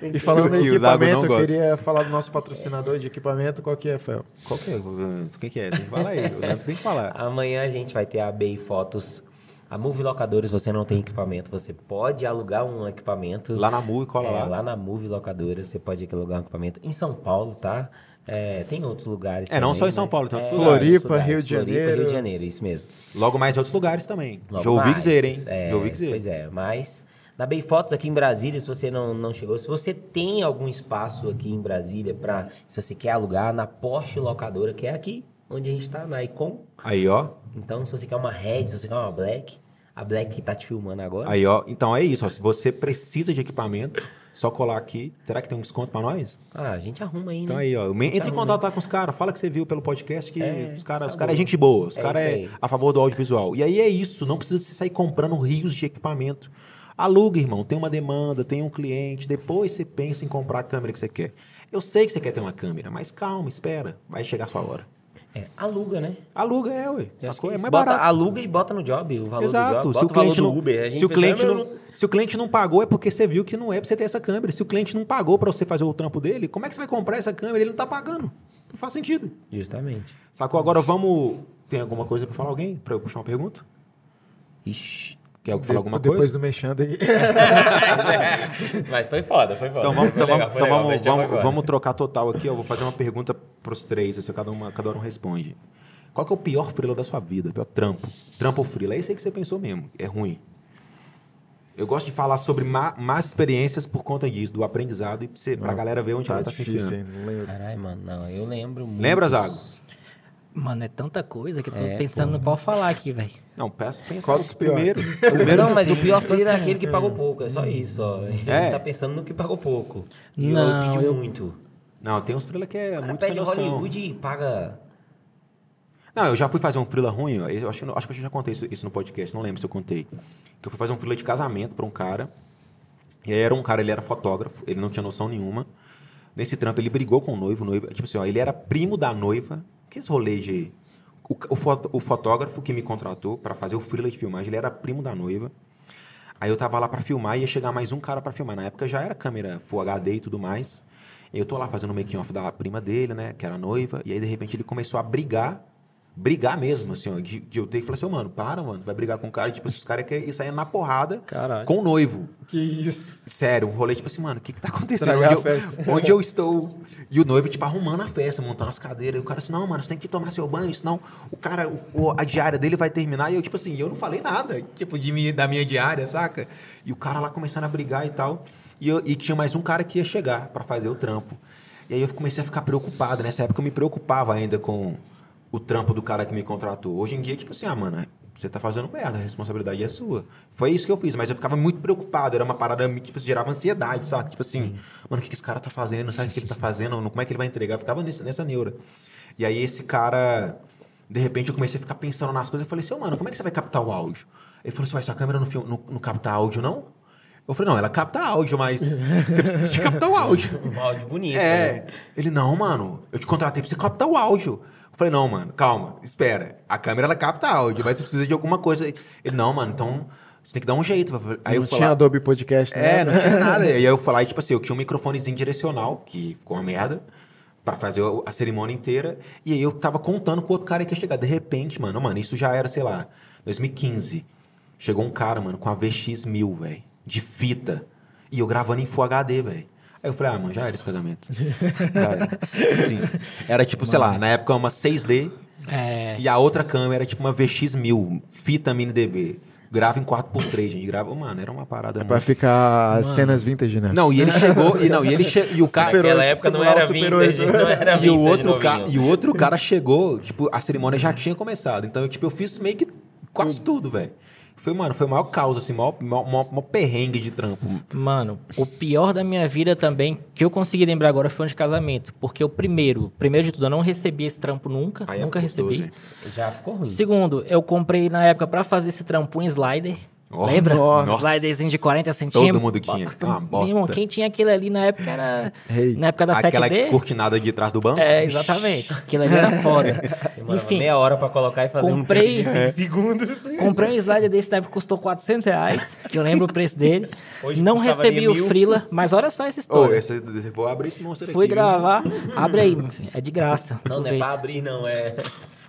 Speaker 5: E falando em
Speaker 2: Que o Zago não
Speaker 5: equipamento, eu
Speaker 2: gosta.
Speaker 5: queria falar do nosso patrocinador de equipamento. Qual que é, Fel?
Speaker 2: Qual que é? O que, que é? Tem que falar aí. O Leandro tem que falar.
Speaker 3: Amanhã a gente vai ter a BI Fotos. A Move Locadores, você não tem equipamento, você pode alugar um equipamento.
Speaker 2: Lá na MU e cola
Speaker 3: É,
Speaker 2: lá.
Speaker 3: lá na Move Locadora, você pode aqui alugar um equipamento. Em São Paulo, tá? É, tem outros lugares.
Speaker 2: É, não
Speaker 3: também,
Speaker 2: só em São
Speaker 3: mas-
Speaker 2: Paulo, tem outros
Speaker 5: lugares. Floripa,
Speaker 3: outros
Speaker 5: Rio de
Speaker 3: Floripa,
Speaker 5: Janeiro.
Speaker 3: Rio de Janeiro, isso mesmo.
Speaker 2: Logo mais em outros lugares também.
Speaker 3: Logo
Speaker 2: Já ouvi
Speaker 3: mais,
Speaker 2: dizer, hein?
Speaker 3: é,
Speaker 2: Já ouvi dizer.
Speaker 3: Pois é, mas na Bay Fotos aqui em Brasília, se você não, não chegou, se você tem algum espaço aqui em Brasília para se você quer alugar na Porsche Locadora, que é aqui onde a gente tá, na Icon.
Speaker 2: Aí, ó.
Speaker 3: Então, se você quer uma Red, se você quer uma Black, a Black que tá te filmando agora.
Speaker 2: Aí, ó. Então é isso. ó. Se você precisa de equipamento, só colar aqui. Será que tem um desconto pra nós?
Speaker 3: Ah, a gente arruma aí, né?
Speaker 2: Então aí, ó. Me- Entre em contato lá com os caras. Fala que você viu pelo podcast que os caras os cara é
Speaker 3: bom.
Speaker 2: gente boa. Os
Speaker 3: É
Speaker 2: caras é
Speaker 3: isso aí.
Speaker 2: a favor do audiovisual. E aí é isso. Não precisa você sair comprando rios de equipamento. Aluga, irmão. Tem uma demanda, tem um cliente. Depois você pensa em comprar a câmera que você quer. Eu sei que você quer ter uma câmera, mas calma, espera. Vai chegar a sua hora.
Speaker 3: É, aluga, né?
Speaker 2: Aluga, é, ué.
Speaker 3: Eu acho
Speaker 2: Sacou? É
Speaker 3: que isso.
Speaker 2: mais
Speaker 3: Bota-
Speaker 2: barato.
Speaker 3: Aluga e bota no job o valor
Speaker 2: Exato.
Speaker 3: do job.
Speaker 2: Se o
Speaker 3: bota valor
Speaker 2: cliente
Speaker 3: do
Speaker 2: não,
Speaker 3: Uber. A gente
Speaker 2: se o
Speaker 3: pensa,
Speaker 2: cliente
Speaker 3: "Ah,
Speaker 2: não,
Speaker 3: mas eu
Speaker 2: se o cliente não pagou é porque você viu que não é pra você ter essa câmera. Se o cliente não pagou pra você fazer o trampo dele, como é que você vai comprar essa câmera? Ele não tá pagando. Não faz sentido.
Speaker 3: Justamente.
Speaker 2: Sacou? Agora vamos. Tem alguma coisa pra falar alguém? Pra eu puxar uma pergunta?
Speaker 3: Ixi.
Speaker 2: Quer falar alguma
Speaker 5: Depois
Speaker 2: coisa? É,
Speaker 5: do
Speaker 2: (laughs)
Speaker 5: mexendo aí.
Speaker 3: (laughs) Mas foi foda, foi foda.
Speaker 2: Então vamos, então
Speaker 3: Foi
Speaker 2: vamos-
Speaker 3: legal, foi
Speaker 2: então
Speaker 3: legal,
Speaker 2: vamos-
Speaker 3: fechamos
Speaker 2: vamos-
Speaker 3: agora.
Speaker 2: vamos trocar total aqui. Eu vou fazer uma pergunta pros três, assim, cada, uma, cada um responde. Qual que é o pior frila da sua vida? O pior trampo? Trampo ou frila? É isso aí que você pensou mesmo. É ruim. Eu gosto de falar sobre má, más experiências por conta disso, do aprendizado, e pra, você, pra galera ver onde ela tá se
Speaker 5: difícil,
Speaker 2: enfiando.
Speaker 5: hein? Não lembro.
Speaker 3: Caralho, mano, não, eu lembro muito.
Speaker 2: Lembra, Zago?
Speaker 4: Mano, é tanta coisa que eu tô
Speaker 3: É,
Speaker 4: pensando no qual falar aqui, velho.
Speaker 2: Não, peço, pensa.
Speaker 5: Qual
Speaker 2: no
Speaker 5: dos piores?
Speaker 2: Primeiro, primeiro
Speaker 3: não,
Speaker 2: que
Speaker 3: mas o
Speaker 2: tem.
Speaker 3: pior foi
Speaker 4: Tipo assim,
Speaker 3: aquele que pagou pouco, é só isso, ó. A gente
Speaker 2: É.
Speaker 3: tá pensando no que pagou pouco. E
Speaker 4: Não,
Speaker 3: eu pedi
Speaker 4: eu-
Speaker 3: muito.
Speaker 2: Não, tem uns frila que é
Speaker 3: Cara,
Speaker 2: muito sem
Speaker 3: pede
Speaker 2: noção.
Speaker 3: Hollywood e paga.
Speaker 2: Não, eu já fui fazer um frila ruim, ó, eu acho, que- acho que eu já contei isso, isso no podcast, não lembro se eu contei. Que eu fui fazer um frila de casamento pra um cara. E aí era um cara, ele era fotógrafo, ele não tinha noção nenhuma. Nesse trampo, ele brigou com o noivo, o noivo, tipo assim, ó, ele era primo da noiva. Que esse rolê de. O, ca- o, fo- o fotógrafo que me contratou pra fazer o frila de filmagem, ele era primo da noiva. Aí eu tava lá pra filmar, ia chegar mais um cara pra filmar. Na época já era câmera Full HD e tudo mais. Eu tô lá fazendo o making off da prima dele, né? Que era noiva. E aí, de repente, ele começou a brigar. Brigar mesmo, assim, ó. De, de eu ter que falar assim, "Ô, mano, para, mano. Vai brigar com o cara. Tipo, esses caras querem sair na porrada
Speaker 4: Caralho.
Speaker 2: com o noivo.
Speaker 5: Que isso.
Speaker 2: Sério, um rolê tipo assim, mano, o que que tá acontecendo?
Speaker 5: Estragar
Speaker 2: Onde
Speaker 5: a festa.
Speaker 2: eu, (laughs) onde eu estou? E o noivo, tipo, arrumando a festa, montando as cadeiras. E o cara assim, não, mano, você tem que tomar seu banho, senão o cara, o- o- a diária dele vai terminar. E eu, tipo assim, eu não falei nada, tipo, de mim, da minha diária, saca? E o cara lá começando a brigar e tal. E, eu- e tinha mais um cara que ia chegar pra fazer o trampo. E aí eu comecei a ficar preocupado. Nessa época eu me preocupava ainda com o trampo do cara que me contratou. Hoje em dia, tipo assim, ah, mano, você tá fazendo merda, a responsabilidade é sua. Foi isso que eu fiz, mas eu ficava muito preocupado. Era uma parada que tipo, gerava ansiedade, sabe? Tipo assim, mano, o que, que esse cara tá fazendo? Sabe o que ele tá fazendo? Como é que ele vai entregar? Eu ficava nesse- nessa neura. E aí esse cara, de repente, eu comecei a ficar pensando nas coisas. Eu falei assim, ô, mano, como é que você vai captar o áudio? Ele falou assim, ué, sua câmera não, fil- não, não capta áudio, não? Eu falei, não, ela capta áudio, mas você precisa de captar o áudio.
Speaker 3: Um áudio bonito. né?
Speaker 2: É. Ele, não, mano, eu te contratei pra você captar o áudio. Eu falei, não, mano, calma, espera. A câmera, ela capta áudio, mas você precisa de alguma coisa. Ele, não, mano, então você tem que dar um jeito. Aí
Speaker 5: não
Speaker 2: eu
Speaker 5: tinha
Speaker 2: falei,
Speaker 5: Adobe Podcast, né?
Speaker 2: é, não tinha nada. E aí eu falar, e, tipo assim, eu tinha um microfonezinho direcional, que ficou uma merda, pra fazer o- a cerimônia inteira. E aí eu tava contando com o outro cara que ia chegar. De repente, mano, mano, isso já era, sei lá, 2015. Chegou um cara, mano, com a VX1000, velho, de fita. E eu gravando em Full HD, velho. Aí eu falei, ah, mano, já era esse casamento. Já era. Assim, era tipo, sei lá, na época uma 6D,
Speaker 4: É.
Speaker 2: e a outra câmera era tipo uma VX1000, fita mini DB. Grava em 4x3, gente. Grava, mano, era uma parada.
Speaker 5: Pra
Speaker 2: muito-
Speaker 5: ficar as cenas vintage, né?
Speaker 2: Não, e ele chegou, e não, e ele che... e o cara
Speaker 3: Naquela época não era
Speaker 5: Super
Speaker 3: vintage,
Speaker 5: oito.
Speaker 3: não era
Speaker 2: (laughs) e o
Speaker 3: vintage,
Speaker 2: outro
Speaker 3: novinho.
Speaker 2: cara, e o outro cara chegou, tipo, a cerimônia já tinha começado. Então, eu, tipo, eu fiz meio que quase tudo, velho. Foi, mano, foi o maior caos assim, maior, maior, maior- maior perrengue de trampo.
Speaker 4: Mano, o pior da minha vida também, que eu consegui lembrar agora, foi um de casamento. Porque o primeiro, primeiro de tudo, eu não recebi esse trampo nunca.
Speaker 2: Aí é
Speaker 4: nunca
Speaker 2: gostoso,
Speaker 4: recebi.
Speaker 2: hein?
Speaker 3: Já ficou ruim.
Speaker 4: Segundo, eu comprei na época pra fazer esse trampo um slider.
Speaker 2: Oh,
Speaker 4: Lembra?
Speaker 2: nossa.
Speaker 4: Sliderzinho de 40
Speaker 2: Todo
Speaker 4: centímetros.
Speaker 2: mundo tinha, que é uma
Speaker 4: Meu irmão,
Speaker 2: bosta.
Speaker 4: quem tinha aquilo ali na época era.
Speaker 5: Ei.
Speaker 4: Na época da
Speaker 2: Aquela
Speaker 4: 7D?
Speaker 2: descortinada de trás do banco.
Speaker 4: É, exatamente. Aquilo ali
Speaker 2: (laughs)
Speaker 4: era foda.
Speaker 3: Demorava
Speaker 4: Enfim,
Speaker 3: meia hora pra colocar e fazer
Speaker 4: comprei-
Speaker 3: um tempo (laughs) de É. 5 segundos.
Speaker 4: comprei um slider desse na época que custou 400 reais, que eu lembro o preço dele.
Speaker 3: Hoje
Speaker 4: não
Speaker 3: custaria
Speaker 4: recebi o
Speaker 3: mil.
Speaker 4: Freela, mas olha só essa
Speaker 2: Ô,
Speaker 4: história.
Speaker 2: esse- esse- vou abrir esse monstro
Speaker 4: Fui
Speaker 2: aqui. viu?
Speaker 4: gravar, abre aí, meu filho, é de graça.
Speaker 3: Não, não é
Speaker 4: Aproveita.
Speaker 3: pra abrir, não. É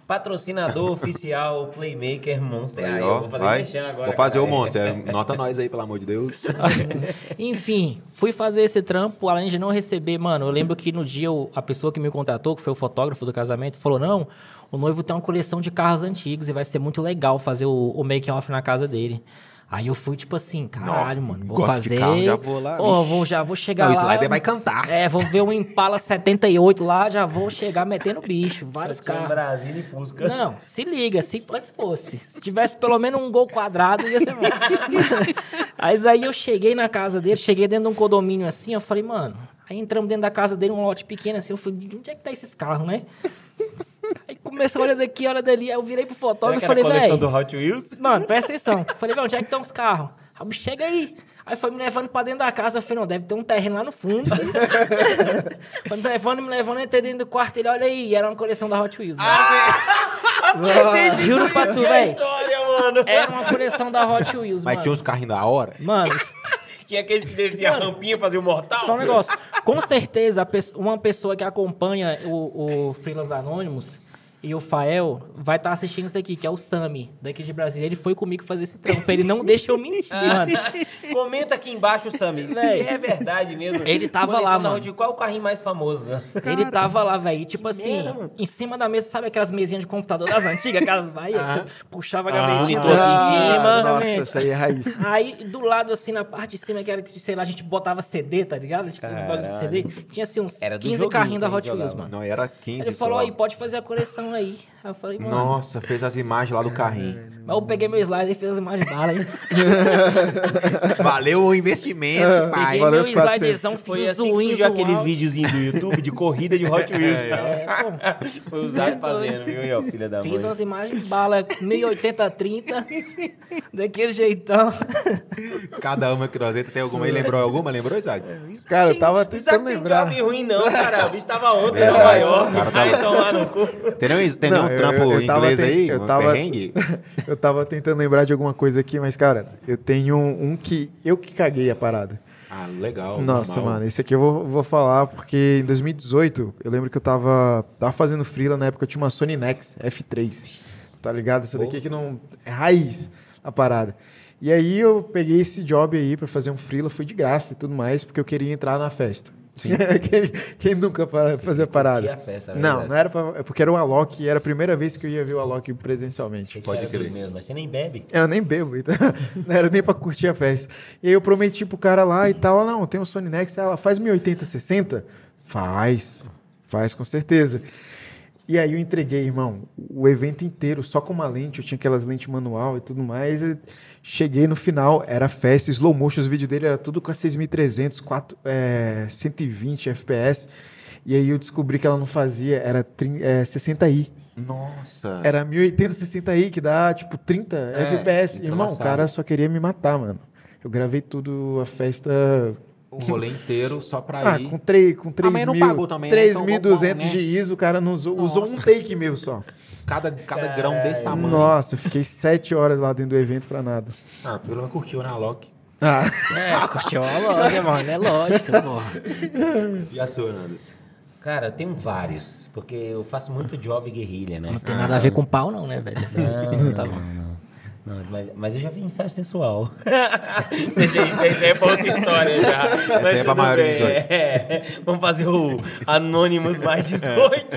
Speaker 3: patrocinador oficial Playmaker Monster. Aí,
Speaker 2: Aí,
Speaker 3: eu
Speaker 2: ó,
Speaker 3: vou fazer
Speaker 2: vai.
Speaker 3: mexer agora.
Speaker 2: Vou fazer o
Speaker 3: cara.
Speaker 2: monstro. é, Nota nós aí, pelo amor de
Speaker 4: (laughs)
Speaker 2: Deus.
Speaker 4: (laughs) Enfim, fui fazer esse trampo, além de não receber, mano, eu lembro que no dia o- a pessoa que me contratou, que foi o fotógrafo do casamento, falou: não, o noivo tem uma coleção de carros antigos e vai ser muito legal fazer o, o make off na casa dele. Aí eu fui tipo assim, caralho,
Speaker 2: Não,
Speaker 4: mano, vou
Speaker 2: gosto de
Speaker 4: fazer.
Speaker 2: carro, já vou lá,
Speaker 4: Ó,
Speaker 2: vixe.
Speaker 4: vou, já vou chegar
Speaker 2: Não, o
Speaker 4: lá.
Speaker 2: Slider vai cantar.
Speaker 4: É, vou ver um Impala 78 lá, já vou chegar metendo bicho,
Speaker 3: Eu
Speaker 4: vários
Speaker 3: tinha um
Speaker 4: carros.
Speaker 3: Brasília e Fusca.
Speaker 4: Não, se liga, se antes fosse. Se tivesse pelo menos um gol quadrado, ia ser
Speaker 3: (laughs)
Speaker 4: bom. Mas aí eu cheguei na casa dele, cheguei dentro de um condomínio assim, eu falei, mano. Aí entramos dentro da casa dele, um lote pequeno assim, eu falei, de onde é que tá esses carros, né? Aí começou, olha daqui, olha dali. Aí eu virei pro
Speaker 3: Será
Speaker 4: fotógrafo
Speaker 3: que
Speaker 4: e
Speaker 3: era
Speaker 4: falei,
Speaker 3: coleção do
Speaker 4: velho.
Speaker 3: Hot Wheels?
Speaker 4: Mano, presta atenção. Falei, velho, onde é que estão os carros? Aí chega aí. Aí foi me levando pra dentro da casa. Eu falei, não, deve ter um terreno lá
Speaker 3: (laughs)
Speaker 4: no fundo. foi me levando, me levando, entrei dentro do quarto. Ele, olha aí, era uma coleção da Hot
Speaker 3: Ah!
Speaker 4: Wheels. É, Juro pra tu, É. velho.
Speaker 3: Olha, é mano.
Speaker 4: Era uma coleção da Hot Wheels,
Speaker 2: Mas
Speaker 4: mano.
Speaker 2: tinha uns carrinhos da hora.
Speaker 4: Mano,
Speaker 3: Que é aquele que descia a rampinha fazer o mortal?
Speaker 4: só um negócio. Com certeza, a pesso- uma pessoa que acompanha o, o Freelas Anônimos e o Fael vai estar assistindo isso aqui, que é o Sami, daqui de Brasília. Ele foi comigo fazer esse trampo. Ele não deixa eu
Speaker 3: (laughs)
Speaker 4: mentir,
Speaker 3: Ah,
Speaker 4: mano.
Speaker 3: Comenta aqui embaixo, Sammy, se
Speaker 4: Véi.
Speaker 3: é verdade mesmo.
Speaker 4: Ele tava
Speaker 3: Coleção
Speaker 4: lá,
Speaker 3: da
Speaker 4: mano.
Speaker 3: Hot Wheels, Qual o carrinho mais famoso? né?
Speaker 4: Ele tava lá, velho. e Tipo assim,
Speaker 3: merda, mano.
Speaker 4: em cima da mesa, sabe aquelas mesinhas de computador das antigas, aquelas Bahia? que você puxava a gavetinha
Speaker 3: Ah. aqui em cima.
Speaker 5: Nossa, isso aí é raiz.
Speaker 4: Aí, do lado, assim, na parte de cima, que era, que, sei lá, a gente botava CD, tá ligado? Tipo, esse bagulho de CD. Tinha, assim, uns
Speaker 3: Era do
Speaker 4: 15
Speaker 3: joguinho
Speaker 4: carrinhos da
Speaker 3: que a
Speaker 4: Hot
Speaker 3: gente
Speaker 4: Wheels,
Speaker 3: jogava.
Speaker 4: mano.
Speaker 2: Não, era 15.
Speaker 4: Ele falou,
Speaker 2: só.
Speaker 4: aí, pode fazer a coleção aí. Aí eu falei, mano...
Speaker 2: Nossa, fez as imagens lá do carrinho.
Speaker 4: Mas eu peguei meu slider e fiz as imagens bala, hein?
Speaker 2: (laughs) Valeu o investimento, pai.
Speaker 4: peguei
Speaker 5: É. valeu
Speaker 4: meu
Speaker 5: os 400.
Speaker 4: sliderzão, fiz
Speaker 3: Foi
Speaker 4: o
Speaker 3: assim
Speaker 4: zoom,
Speaker 3: que
Speaker 4: zoom
Speaker 3: surgiu aqueles
Speaker 4: out.
Speaker 3: videozinhos do YouTube de corrida
Speaker 2: (laughs)
Speaker 3: de Hot Wheels.
Speaker 4: É, pô,
Speaker 3: Foi o Zé fazendo, viu, meu, filha da
Speaker 4: fiz
Speaker 3: mãe.
Speaker 4: umas imagens bala, 1080-30, (laughs) daquele jeitão.
Speaker 2: Cada uma que nós entra tem alguma. Ele lembrou alguma? Lembrou, Isaac?
Speaker 3: É,
Speaker 5: Cara, eu tava
Speaker 3: Isso aqui
Speaker 5: tentando
Speaker 3: não tem
Speaker 5: lembrar.
Speaker 3: drive ruim, não, cara. O bicho tava
Speaker 2: (laughs)
Speaker 3: ontem em
Speaker 2: Verdade.
Speaker 3: Nova York.
Speaker 2: O É, cara tava-
Speaker 3: Aí tomar no cu.
Speaker 2: Tem nenhum, tem
Speaker 5: Não,
Speaker 2: nenhum
Speaker 5: eu-
Speaker 2: Um trampo
Speaker 5: eu- eu tava
Speaker 2: inglês
Speaker 5: ten-
Speaker 2: aí?
Speaker 5: Eu
Speaker 2: um
Speaker 5: tava,
Speaker 2: perrengue?
Speaker 5: (laughs) eu tava tentando lembrar de alguma coisa aqui, mas, cara, eu tenho um um que. Eu que caguei a parada.
Speaker 2: Ah, legal.
Speaker 5: Nossa,
Speaker 2: normal.
Speaker 5: mano, esse aqui eu vou, vou falar porque em 2018 eu lembro que eu tava, tava fazendo freela na época, eu tinha uma Sony Nex F3, tá ligado? Essa daqui que não. É raiz a parada. E aí eu peguei esse job aí pra fazer um freela, foi de graça e tudo mais, porque eu queria entrar na festa. (laughs) quem, quem nunca para, fazer a parada?
Speaker 3: a é festa, na
Speaker 5: não,
Speaker 3: verdade.
Speaker 5: não era pra, é porque era o Alok e era a primeira vez que eu ia ver o Alok presencialmente.
Speaker 3: Pode crer. Mesmo, mas você nem bebe.
Speaker 5: Eu nem bebo, então (laughs) não era nem pra curtir a festa. E aí eu prometi pro cara lá e tal, ah, não, tem um Sony Nex, ela faz 1080, 60? Faz, faz com certeza. E aí eu entreguei, irmão, o evento inteiro, só com uma lente, eu tinha aquelas lentes manual e tudo mais. e cheguei no final, era festa, slow motion, os vídeos dele era tudo com a 6300, 4, é, 120 FPS. E aí eu descobri que ela não fazia, era 30, é, 60i.
Speaker 2: Nossa.
Speaker 5: Era 1080, 60 i que dá tipo 30
Speaker 2: É,
Speaker 5: FPS.
Speaker 2: então
Speaker 5: Irmão, o
Speaker 2: amassado.
Speaker 5: cara só queria me matar, mano. Eu gravei tudo, a festa.
Speaker 2: O um rolê inteiro só pra
Speaker 5: Ah,
Speaker 2: ir.
Speaker 5: com 3 com três
Speaker 2: mas
Speaker 5: mil,
Speaker 2: não pagou também, né? Então,
Speaker 5: 3.200
Speaker 2: vamos,
Speaker 5: de
Speaker 2: né?
Speaker 5: ISO, o cara não usou, usou um
Speaker 2: Nossa.
Speaker 5: take meu só.
Speaker 2: Cada, cada
Speaker 3: É,
Speaker 2: grão desse tamanho.
Speaker 5: Nossa, eu fiquei 7 horas lá dentro do evento pra nada. Ah,
Speaker 2: Ah, pelo menos curtiu na Loki. (laughs)
Speaker 4: É, curtiu a loja, mano. É lógico, pô.
Speaker 2: E a sua, Nando?
Speaker 3: Cara, eu tenho vários, porque eu faço muito job guerrilha, né?
Speaker 4: Não tem nada a ver com pau, não, né, velho?
Speaker 3: Não, tá bom. Não, não. Não, mas, mas eu já vi ensaio (laughs) sensual. Deixa isso, isso aí é pra outra história já. Mas
Speaker 2: aí é pra
Speaker 3: tudo
Speaker 2: maioria
Speaker 3: bem.
Speaker 2: dos oito.
Speaker 3: É, (laughs) Vamos fazer o Anônimos mais
Speaker 2: (laughs)
Speaker 3: 18.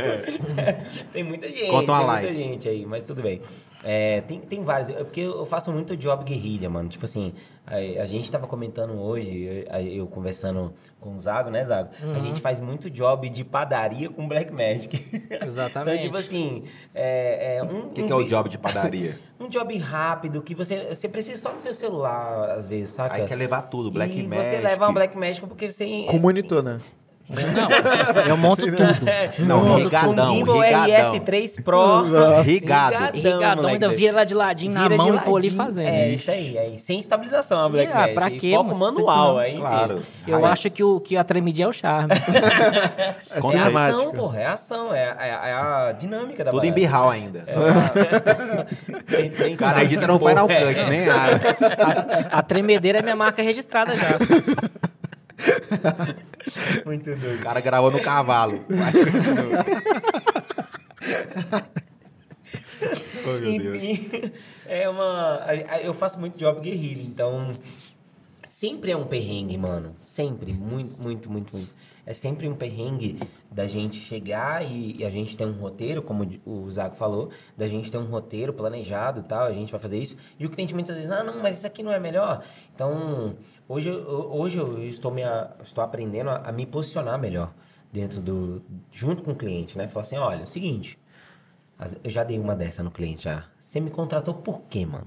Speaker 3: tem muita gente.
Speaker 2: Conta uma
Speaker 3: tem
Speaker 2: light.
Speaker 3: muita gente aí, mas tudo bem. É, tem, tem vários. É Porque eu faço muito job guerrilha, mano. Tipo assim, a, a gente tava comentando hoje, eu, eu conversando com o Zago, né, Zago? A gente faz muito job de padaria com Black Magic. (laughs)
Speaker 4: Exatamente.
Speaker 3: então, tipo assim, é, é um.
Speaker 2: O que, que é o job de
Speaker 3: (laughs)
Speaker 2: padaria?
Speaker 3: Um job rápido que você, você precisa só do seu celular, às vezes, saca?
Speaker 2: Aí quer levar tudo, Black
Speaker 3: e
Speaker 2: Magic.
Speaker 3: você leva um Black Magic porque você...
Speaker 5: Com monitor, né?
Speaker 4: Não, eu monto tudo.
Speaker 2: Não,
Speaker 3: é, Com-
Speaker 2: rigadão,
Speaker 3: com um gimbal
Speaker 2: rigadão.
Speaker 3: RS3 Pro. (laughs)
Speaker 2: Rigado.
Speaker 4: Rigadão
Speaker 3: moleque.
Speaker 4: ainda então vira lá de ladinho na
Speaker 3: Vira de
Speaker 4: mão e vou ali
Speaker 3: ladinho.
Speaker 4: fazendo.
Speaker 3: É, isso aí, aí. Sem estabilização a Black
Speaker 4: É,
Speaker 3: Magic.
Speaker 4: pra
Speaker 3: E
Speaker 4: quê,
Speaker 3: Foco
Speaker 4: mano?
Speaker 3: manual,
Speaker 4: Precisa- um-
Speaker 3: aí.
Speaker 2: Claro.
Speaker 4: Eu
Speaker 2: Raiz.
Speaker 4: acho que, o, que a tremidinha é o charme.
Speaker 5: É
Speaker 2: Com
Speaker 3: É a
Speaker 2: certeza.
Speaker 3: ação,
Speaker 5: cinemática.
Speaker 3: porra. É a ação. É, é, é a dinâmica da
Speaker 2: Tudo em
Speaker 3: parada.
Speaker 2: birral ainda.
Speaker 3: É.
Speaker 2: Só
Speaker 3: (laughs) Tem- tem
Speaker 2: O cara
Speaker 3: sabe,
Speaker 2: edita no
Speaker 3: porra,
Speaker 2: Final
Speaker 3: é.
Speaker 2: Cut, nem nada.
Speaker 4: A tremedeira é minha marca registrada já.
Speaker 3: Muito
Speaker 2: O
Speaker 3: doido.
Speaker 2: cara gravou no (laughs) cavalo. oh, meu Deus.
Speaker 3: Enfim, (laughs) é uma. a- a- Eu faço muito job guerrilha, então. Sempre é um perrengue, mano. Sempre. Muito, muito, muito, muito. É sempre um perrengue da gente chegar e, e a gente tem um roteiro, como o Zago falou, da gente ter um roteiro planejado e tal, a gente vai fazer isso. E o cliente muitas vezes, ah, não, mas isso aqui não é melhor. Então, hoje, eu- hoje eu estou, me, a- estou aprendendo a, a me posicionar melhor dentro do. junto com o cliente, né? Falar assim, olha, é o seguinte, as- Eu já dei uma dessa no cliente já. Você me contratou por quê, mano?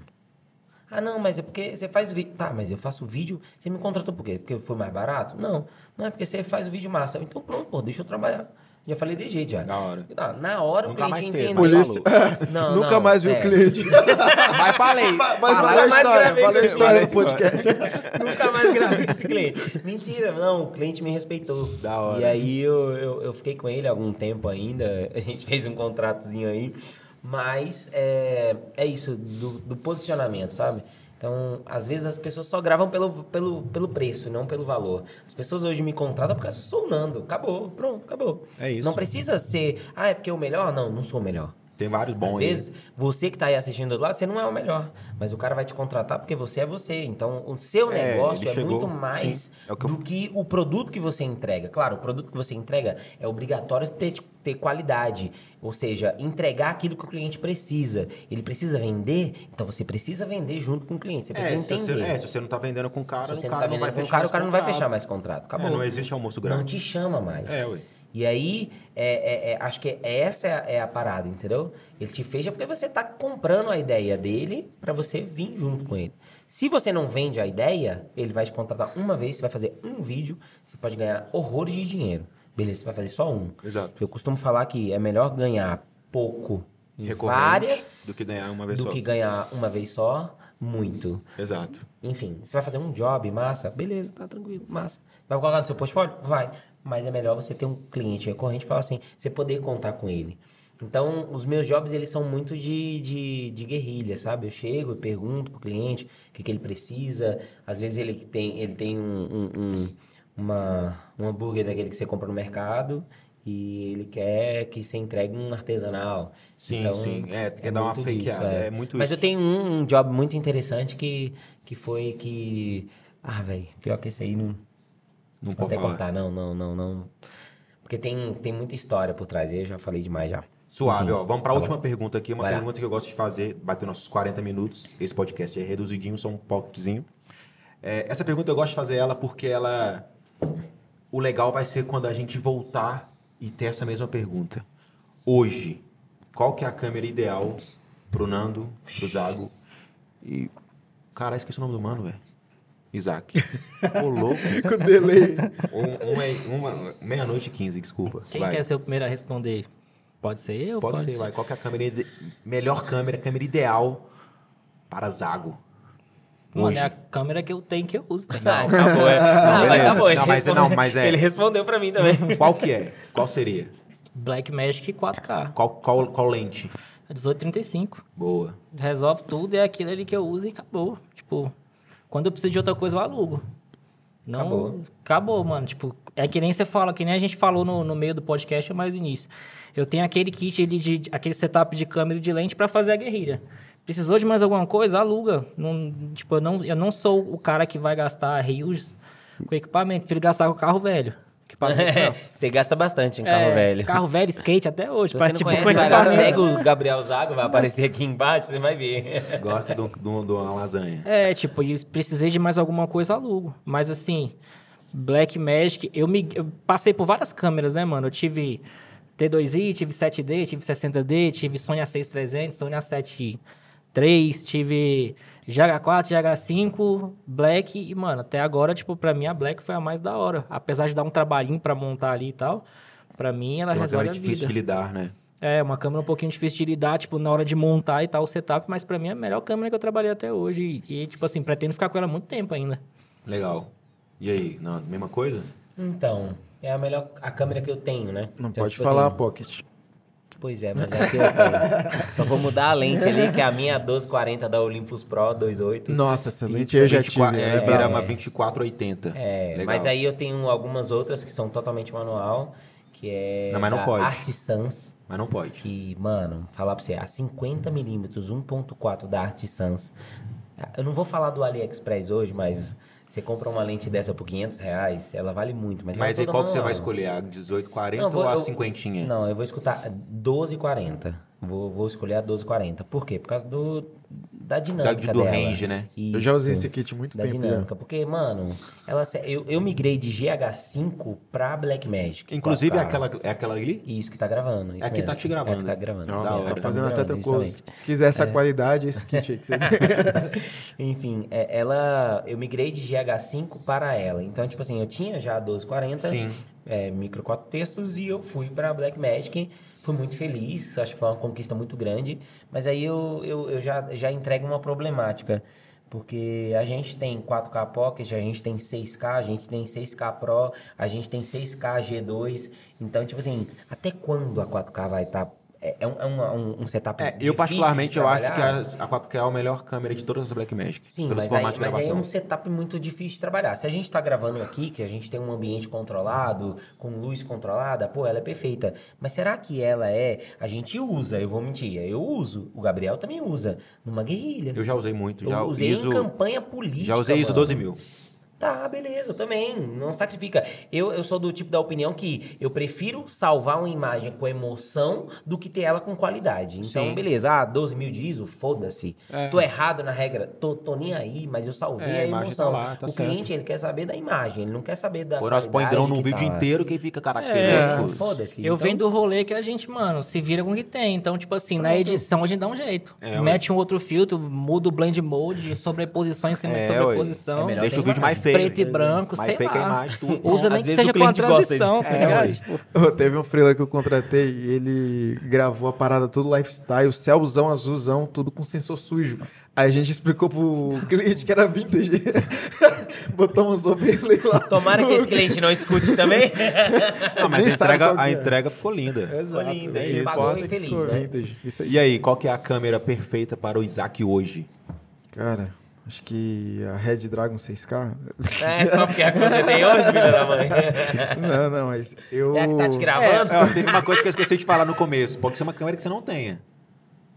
Speaker 3: Ah, não, mas é porque você faz vídeo. Tá, mas eu faço vídeo. Você me contratou por quê? Porque foi mais barato? Não. Não é porque você faz o vídeo massa. Então pronto, pô, deixa eu trabalhar. Já falei de jeito já.
Speaker 2: Na hora.
Speaker 3: Ah, na hora
Speaker 2: Nunca
Speaker 3: o
Speaker 2: mais
Speaker 3: cliente
Speaker 2: fez,
Speaker 3: entendeu.
Speaker 2: mas
Speaker 5: Polícia.
Speaker 3: Não,
Speaker 5: Nunca
Speaker 3: não,
Speaker 5: mais viu o
Speaker 3: é.
Speaker 5: cliente.
Speaker 2: Mas falei.
Speaker 5: Mas
Speaker 3: Fala
Speaker 5: valeu a
Speaker 3: mais
Speaker 5: história,
Speaker 3: gravei,
Speaker 5: valeu a
Speaker 3: valeu
Speaker 5: história
Speaker 2: a
Speaker 5: do podcast.
Speaker 3: (laughs) Nunca mais gravei com esse cliente. Mentira, não, o cliente me respeitou.
Speaker 2: Da hora.
Speaker 3: E aí eu, eu, eu fiquei com ele algum tempo ainda, a gente (laughs) fez um contratozinho aí, mas é, é isso, do, do posicionamento, sabe? Então, às vezes as pessoas só gravam pelo, pelo, pelo preço, não pelo valor. As pessoas hoje me contratam porque eu sou o Nando. Acabou, pronto, acabou.
Speaker 2: É isso.
Speaker 3: Não precisa ser, ah, é porque é o melhor? Não, não sou o melhor.
Speaker 2: Tem vários
Speaker 3: Às
Speaker 2: bons aí.
Speaker 3: vezes, você que tá aí assistindo do outro lado, você não é o melhor. Mas o cara vai te contratar porque você é você. Então, o seu
Speaker 2: É,
Speaker 3: negócio
Speaker 2: ele
Speaker 3: é
Speaker 2: chegou,
Speaker 3: muito mais
Speaker 2: sim. É o que eu
Speaker 3: do que o produto que você entrega. Claro, o produto que você entrega é obrigatório ter, ter qualidade. Ou seja, entregar aquilo que o cliente precisa. Ele precisa vender, então você precisa vender junto com o cliente. Você
Speaker 2: É,
Speaker 3: precisa
Speaker 2: se você,
Speaker 3: entender.
Speaker 2: é, se você não tá vendendo com o cara,
Speaker 3: Se você
Speaker 2: o
Speaker 3: não tá
Speaker 2: cara não, vai
Speaker 3: vendendo
Speaker 2: fechar
Speaker 3: com o cara, o cara não vai
Speaker 2: contrato.
Speaker 3: fechar mais contrato. Acabou.
Speaker 2: É, não existe almoço
Speaker 3: Não te
Speaker 2: grátis.
Speaker 3: chama mais.
Speaker 2: É, ué.
Speaker 3: E aí, é- é- é, acho que essa é a, é a parada, entendeu? Ele te fecha porque você tá comprando a ideia dele pra você vir junto com ele. Se você não vende a ideia, ele vai te contratar uma vez, você vai fazer um vídeo, você pode ganhar horrores de dinheiro. Beleza, você vai fazer só um.
Speaker 2: Exato.
Speaker 3: Eu costumo falar que é melhor ganhar pouco em
Speaker 2: Recorrente
Speaker 3: várias
Speaker 2: do que ganhar uma vez
Speaker 3: do
Speaker 2: só.
Speaker 3: que ganhar uma vez só, muito.
Speaker 2: Exato.
Speaker 3: Enfim, você vai fazer um job massa? Beleza, tá tranquilo, massa. Vai colocar no seu portfólio? Vai. Mas é melhor você ter um cliente recorrente e falar assim, você poder contar com ele. Então, os meus jobs, eles são muito de, de, de guerrilha, sabe? Eu chego e pergunto pro cliente o que, que ele precisa. Às vezes ele tem, ele tem um, um- um- uma, um hambúrguer daquele que você compra no mercado e ele quer que você entregue um artesanal. Então,
Speaker 2: Sim, sim. É, quer dar uma
Speaker 3: muito disso,
Speaker 2: fakeada, é muito
Speaker 3: Mas
Speaker 2: isso.
Speaker 3: eu tenho um, um job muito interessante que, que foi que. Ah, velho, pior que esse aí não.
Speaker 2: Não
Speaker 3: Vou
Speaker 2: pode
Speaker 3: até
Speaker 2: falar.
Speaker 3: contar, não, não, não, não. Porque tem, tem muita história por trás, eu já falei demais já.
Speaker 2: Suave,
Speaker 3: Enfim,
Speaker 2: ó. Vamos pra
Speaker 3: tá
Speaker 2: última pergunta aqui. Uma
Speaker 3: Vai lá.
Speaker 2: pergunta que eu gosto de fazer, bateu nossos 40 minutos. Esse podcast é reduzidinho, só um pouquinho. É, essa pergunta eu gosto de fazer ela porque ela. O legal vai ser quando a gente voltar e ter essa mesma pergunta. Hoje, qual que é a câmera ideal pro Nando, pro Zago? E. Cara, esqueci o nome do mano, velho.
Speaker 3: (laughs)
Speaker 2: Isaac. Ô, louco.
Speaker 5: Com
Speaker 2: (laughs)
Speaker 5: delay.
Speaker 2: Um- um é- uma- Meia-noite e 15, desculpa.
Speaker 4: Quem é
Speaker 2: Vai.
Speaker 4: quer ser o primeiro a responder? Pode ser eu?
Speaker 2: Pode, ser, vai. Qual que é a câmera ide- melhor câmera, câmera ideal para Zago?
Speaker 4: Mano,
Speaker 2: Hoje.
Speaker 4: é a câmera que eu tenho que eu
Speaker 2: (laughs)
Speaker 4: uso. cara.
Speaker 3: Ah, acabou, é.
Speaker 2: Não,
Speaker 3: Não, mas
Speaker 2: beleza.
Speaker 3: acabou. Ele
Speaker 2: Não, mas-
Speaker 3: respondeu-
Speaker 2: não, mas é.
Speaker 3: Ele respondeu pra
Speaker 2: (laughs)
Speaker 3: mim também.
Speaker 2: Qual que é? Qual seria?
Speaker 4: Blackmagic 4K.
Speaker 2: Qual, qual, qual lente?
Speaker 4: É 1835.
Speaker 2: Boa.
Speaker 4: Resolve tudo, é aquilo ali que eu uso e acabou. Tipo, quando eu preciso de outra coisa, eu alugo. Não,
Speaker 3: Acabou.
Speaker 4: acabou. mano. Tipo, é que nem você fala, que nem a gente falou no, no meio do podcast, mas no início. Eu tenho aquele kit ali, de, de- aquele setup de câmera e de lente pra fazer a guerrilha. Precisou de mais alguma coisa? Aluga. Não, tipo, eu não, eu não sou o cara que vai gastar rios com equipamento. Prefiro gastar com carro velho.
Speaker 3: (laughs)
Speaker 4: Equipamento não.
Speaker 3: Você gasta bastante em É. carro
Speaker 4: É,
Speaker 3: velho.
Speaker 4: Carro velho, skate até hoje.
Speaker 3: Se
Speaker 4: pra,
Speaker 3: você não
Speaker 4: tipo,
Speaker 3: conhece,
Speaker 4: quando
Speaker 3: vai lá,
Speaker 4: tá-
Speaker 3: segue o Gabriel Zago, vai aparecer aqui embaixo, você vai ver. (laughs)
Speaker 2: Gosto de um- de um- de uma lasanha.
Speaker 4: É, tipo, e precisei de mais alguma coisa, alugo. Mas assim, Black Magic, eu me eu passei por várias câmeras, né, mano? Eu tive T2i, tive 7D, tive 60D, tive Sony A6300, Sony A7 III, tive GH4, GH5, Black e, mano, até agora, tipo, pra mim a Black foi a mais da hora. Apesar de dar um trabalhinho pra montar ali e tal, pra mim ela
Speaker 2: É uma
Speaker 4: resolve
Speaker 2: câmera
Speaker 4: a
Speaker 2: difícil
Speaker 4: vida.
Speaker 2: de lidar, né?
Speaker 4: É, uma câmera um pouquinho difícil de lidar, tipo, na hora de montar e tal, o setup, mas pra mim é a melhor câmera que eu trabalhei até hoje. E, e, tipo assim, pretendo ficar com ela muito tempo ainda.
Speaker 2: Legal. E aí, não, mesma coisa?
Speaker 3: Então, é a melhor a câmera que eu tenho, né?
Speaker 5: Não
Speaker 3: Então,
Speaker 5: pode
Speaker 3: tipo
Speaker 5: falar
Speaker 3: assim,
Speaker 5: pocket.
Speaker 3: pois é, mas é a que eu tenho. Só vou mudar a lente ali, que é a minha 1240 da Olympus Pro 28.
Speaker 5: Nossa, essa lente
Speaker 2: E
Speaker 5: eu já
Speaker 2: 24
Speaker 5: tive.
Speaker 2: É,
Speaker 5: ela é
Speaker 2: vira
Speaker 5: brava.
Speaker 2: uma 2480.
Speaker 3: É,
Speaker 2: Legal.
Speaker 3: mas aí eu tenho algumas outras que são totalmente manual, que é
Speaker 2: Não, mas não
Speaker 3: da
Speaker 2: pode.
Speaker 3: Art Sans.
Speaker 2: Mas não pode.
Speaker 3: Que, mano, falar pra você, a 50mm 1.4 da Art Sans. Eu não vou falar do AliExpress hoje, mas você compra uma lente dessa por 500 reais, ela vale muito. Mas, ela
Speaker 2: Mas
Speaker 3: é
Speaker 2: aí
Speaker 3: toda
Speaker 2: qual que você
Speaker 3: manual.
Speaker 2: vai escolher? A 1840
Speaker 3: Não, vou-
Speaker 2: ou a
Speaker 3: eu-
Speaker 2: 50?
Speaker 3: Não, eu vou escutar 12,40. Vou, vou escolher a 12,40. Por quê? Por causa do, da dinâmica
Speaker 2: do
Speaker 3: dela.
Speaker 2: range, né?
Speaker 5: Eu já usei
Speaker 3: Isso
Speaker 5: esse kit muito
Speaker 3: da
Speaker 5: tempo. já.
Speaker 3: dinâmica. Porque, mano, ela, se- eu, eu migrei de GH5 pra Blackmagic.
Speaker 2: Inclusive, é
Speaker 3: 4K.
Speaker 2: aquela, é aquela ali?
Speaker 3: Isso que tá gravando. Isso
Speaker 2: É que
Speaker 3: mesmo.
Speaker 2: tá te gravando,
Speaker 3: É que tá
Speaker 2: né?
Speaker 3: gravando.
Speaker 2: Não,
Speaker 3: isso
Speaker 2: da É.
Speaker 3: mesmo,
Speaker 2: hora.
Speaker 5: Tá
Speaker 3: tá
Speaker 5: fazendo
Speaker 3: gravando,
Speaker 5: até teu
Speaker 3: justamente.
Speaker 5: curso. Se quiser essa qualidade, esse kit aí
Speaker 2: (laughs)
Speaker 5: que você
Speaker 3: (laughs) Enfim, é, ela. Eu migrei de GH5 para ela. Então, tipo assim, eu tinha já a 1240,
Speaker 2: Sim.
Speaker 3: é, micro quatro textos, e eu fui pra Blackmagic. Fui muito feliz, acho que foi uma conquista muito grande. Mas aí eu, eu, eu já, já entrego uma problemática. Porque a gente tem 4K Pocket, a gente tem 6K, a gente tem 6K Pro, a gente tem 6K G2. Então, tipo assim, até quando a 4K vai estar. é, é um, é uma- um, um setup.
Speaker 2: É,
Speaker 3: difícil
Speaker 2: eu
Speaker 3: de
Speaker 2: particularmente eu acho que
Speaker 3: trabalhar.
Speaker 2: a, a 4K é a melhor câmera de todas as Blackmagic.
Speaker 3: Sim,
Speaker 2: pelos
Speaker 3: mas aí,
Speaker 2: formatos de
Speaker 3: mas aí é
Speaker 2: gravação.
Speaker 3: um setup muito difícil de trabalhar. Se a gente está gravando aqui, que a gente tem um ambiente controlado, com luz controlada, pô, ela é perfeita. Mas será que ela é? A gente usa, eu vou mentir, eu uso. O Gabriel também usa, numa guerrilha.
Speaker 2: Eu já usei muito.
Speaker 3: Eu
Speaker 2: Já
Speaker 3: usei
Speaker 2: ISO,
Speaker 3: em campanha política.
Speaker 2: já usei ISO
Speaker 3: mano.
Speaker 2: 12000.
Speaker 3: Tá, beleza, eu também. Não sacrifica. Eu, eu sou do tipo da opinião que eu prefiro salvar uma imagem com emoção do que ter ela com qualidade. Então,
Speaker 2: Sim.
Speaker 3: beleza. Ah, 12 mil de ISO, foda-se. Tô errado na regra. Tô, tô nem aí, mas eu salvei
Speaker 2: É, a
Speaker 3: a
Speaker 2: imagem
Speaker 3: emoção.
Speaker 2: tá lá, tá
Speaker 3: o
Speaker 2: certo.
Speaker 3: cliente, ele quer saber da imagem, ele não quer saber da.
Speaker 2: Ou nós põe
Speaker 3: qualidade
Speaker 2: drone num
Speaker 3: que
Speaker 2: vídeo
Speaker 3: tá.
Speaker 2: inteiro que fica
Speaker 3: É,
Speaker 2: característico.
Speaker 3: foda-se.
Speaker 4: Eu
Speaker 3: Então,
Speaker 4: venho do rolê que a gente, mano, se vira com o que tem. Então, tipo assim, na edição a gente dá um jeito.
Speaker 2: É, ué.
Speaker 4: Mete um outro filtro, muda o blend mode, sobreposição em cima de
Speaker 2: É, ué.
Speaker 4: sobreposição.
Speaker 3: É melhor
Speaker 2: Deixa
Speaker 3: ter
Speaker 2: o vídeo mais feio.
Speaker 4: preto e branco,
Speaker 2: mais
Speaker 4: sei
Speaker 2: feio
Speaker 4: lá.
Speaker 2: que a imagem, tudo.
Speaker 4: Usa
Speaker 3: Às
Speaker 4: nem que
Speaker 3: vezes o
Speaker 4: seja com a
Speaker 3: cliente gosta
Speaker 4: transição,
Speaker 2: disso.
Speaker 4: tá
Speaker 2: É,
Speaker 4: ligado?
Speaker 2: ué.
Speaker 4: Tipo,
Speaker 5: (laughs) Ô, Teve um freela que eu contratei e ele gravou a parada tudo lifestyle, céuzão, azulzão, tudo com sensor sujo. Aí a gente explicou pro cliente que era vintage. (laughs) Botamos o overlay
Speaker 3: (laughs)
Speaker 5: lá.
Speaker 3: Tomara que esse cliente não escute também.
Speaker 2: Não, mas a
Speaker 5: Nem sabe
Speaker 2: entrega,
Speaker 5: qual
Speaker 2: a
Speaker 5: que é.
Speaker 2: entrega ficou linda.
Speaker 5: Exato,
Speaker 3: Ficou lindo, né?
Speaker 5: é
Speaker 3: ele
Speaker 5: isso.
Speaker 3: pagou
Speaker 5: Importa
Speaker 3: e
Speaker 5: que
Speaker 3: feliz,
Speaker 5: ficou
Speaker 3: né?
Speaker 5: vintage. Isso aí.
Speaker 2: E aí, qual que é a câmera perfeita para o Isaac hoje?
Speaker 5: Cara, acho que a Red Dragon 6K.
Speaker 3: (laughs) é só porque é a que você tem hoje, filha
Speaker 2: (laughs)
Speaker 3: da mãe.
Speaker 5: (laughs) não, não, mas eu.
Speaker 3: É a que tá te
Speaker 2: É,
Speaker 3: gravando.
Speaker 2: ó, teve uma coisa que eu esqueci de falar no começo. Pode ser uma câmera que você não tenha.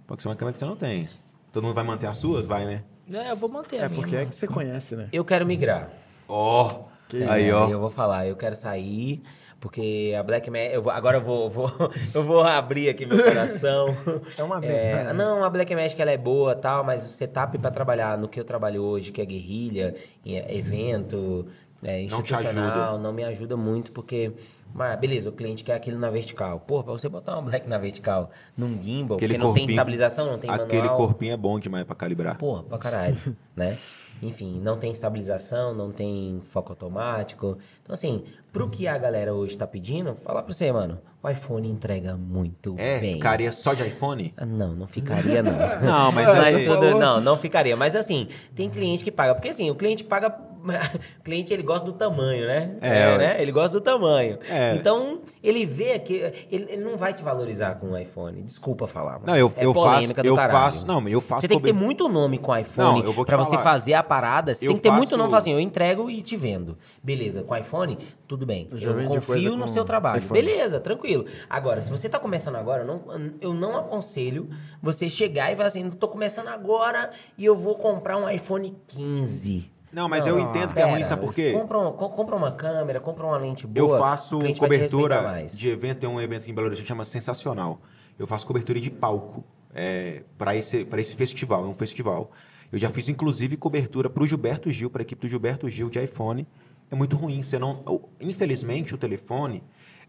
Speaker 2: Pode ser uma câmera que você não tenha. Todo mundo vai manter as suas? Vai, né?
Speaker 4: É, eu vou manter a
Speaker 5: É
Speaker 4: minha,
Speaker 5: porque é
Speaker 4: mano.
Speaker 5: que você conhece, né?
Speaker 3: Eu quero migrar.
Speaker 2: Ó.
Speaker 5: Que
Speaker 2: aí,
Speaker 3: Mas
Speaker 2: ó.
Speaker 3: Eu vou falar, eu quero sair, porque a Black Magic. Eu vou- agora eu vou, vou- (laughs) eu vou abrir aqui meu coração.
Speaker 5: É uma meta, né?
Speaker 3: merda. não, a Black Magic ela é boa tal, mas o setup pra trabalhar no que eu trabalho hoje, que é guerrilha, e é evento, É
Speaker 2: Não te
Speaker 3: institucional, não,
Speaker 2: ajuda.
Speaker 3: me ajuda muito, porque. Mas beleza, o cliente quer aquilo na vertical. Pô, pra você botar uma black na vertical num gimbal, porque não tem estabilização, não tem
Speaker 2: Aquele
Speaker 3: manual.
Speaker 2: corpinho é bom demais pra calibrar.
Speaker 3: Porra, pra caralho, né? Enfim, não tem estabilização, não tem foco automático. Então, assim, pro que a galera hoje tá pedindo, falar pra você, mano, o iPhone entrega muito
Speaker 2: é,
Speaker 3: bem.
Speaker 2: ficaria só de iPhone?
Speaker 3: Ah, Não, não ficaria, não.
Speaker 2: Não, mas assim-
Speaker 3: tudo-
Speaker 5: Falou.
Speaker 3: Não, não ficaria. Mas assim, tem cliente que paga. Porque assim, o cliente paga. (laughs) O cliente ele gosta do tamanho, né?
Speaker 2: É,
Speaker 3: né? Ele gosta do tamanho.
Speaker 2: É.
Speaker 3: Então, ele vê que. Ele, ele não vai te valorizar com o iPhone. Desculpa falar. mano.
Speaker 2: Não, eu-
Speaker 3: é
Speaker 2: eu faço-
Speaker 3: polêmica do
Speaker 2: eu
Speaker 3: caralho.
Speaker 2: faço- não, eu faço
Speaker 3: Você tem que ter
Speaker 2: cobre-
Speaker 3: muito nome com o iPhone
Speaker 2: Não, eu vou te
Speaker 3: pra você
Speaker 2: falar.
Speaker 3: fazer a parada. Você
Speaker 2: Eu
Speaker 3: tem que ter muito
Speaker 2: faço-
Speaker 3: nome. Fala assim, eu entrego e te vendo. Beleza, com iPhone, tudo bem.
Speaker 5: Eu já
Speaker 3: Eu,
Speaker 5: vendi coisa
Speaker 3: confio no
Speaker 5: com
Speaker 3: seu trabalho.
Speaker 5: iPhone.
Speaker 3: Beleza. Beleza, tranquilo. Agora, se você tá começando agora, eu não, eu não aconselho você chegar e falar assim, tô começando agora e eu vou comprar um iPhone 15.
Speaker 2: Não, mas eu entendo que é
Speaker 3: Pera,
Speaker 2: ruim, sabe por quê?
Speaker 3: Compra, um- co- compra uma câmera, compra uma lente boa.
Speaker 2: Eu faço
Speaker 3: o cliente vai te respeitar
Speaker 2: cobertura
Speaker 3: mais.
Speaker 2: de evento, tem um evento aqui em Belo Horizonte que chama Sensacional. Eu faço cobertura de palco é, para esse, pra esse festival, é um festival. Eu já fiz, inclusive, cobertura para o Gilberto Gil, para a equipe do Gilberto Gil de iPhone. É muito ruim, você não... o- Infelizmente, o telefone,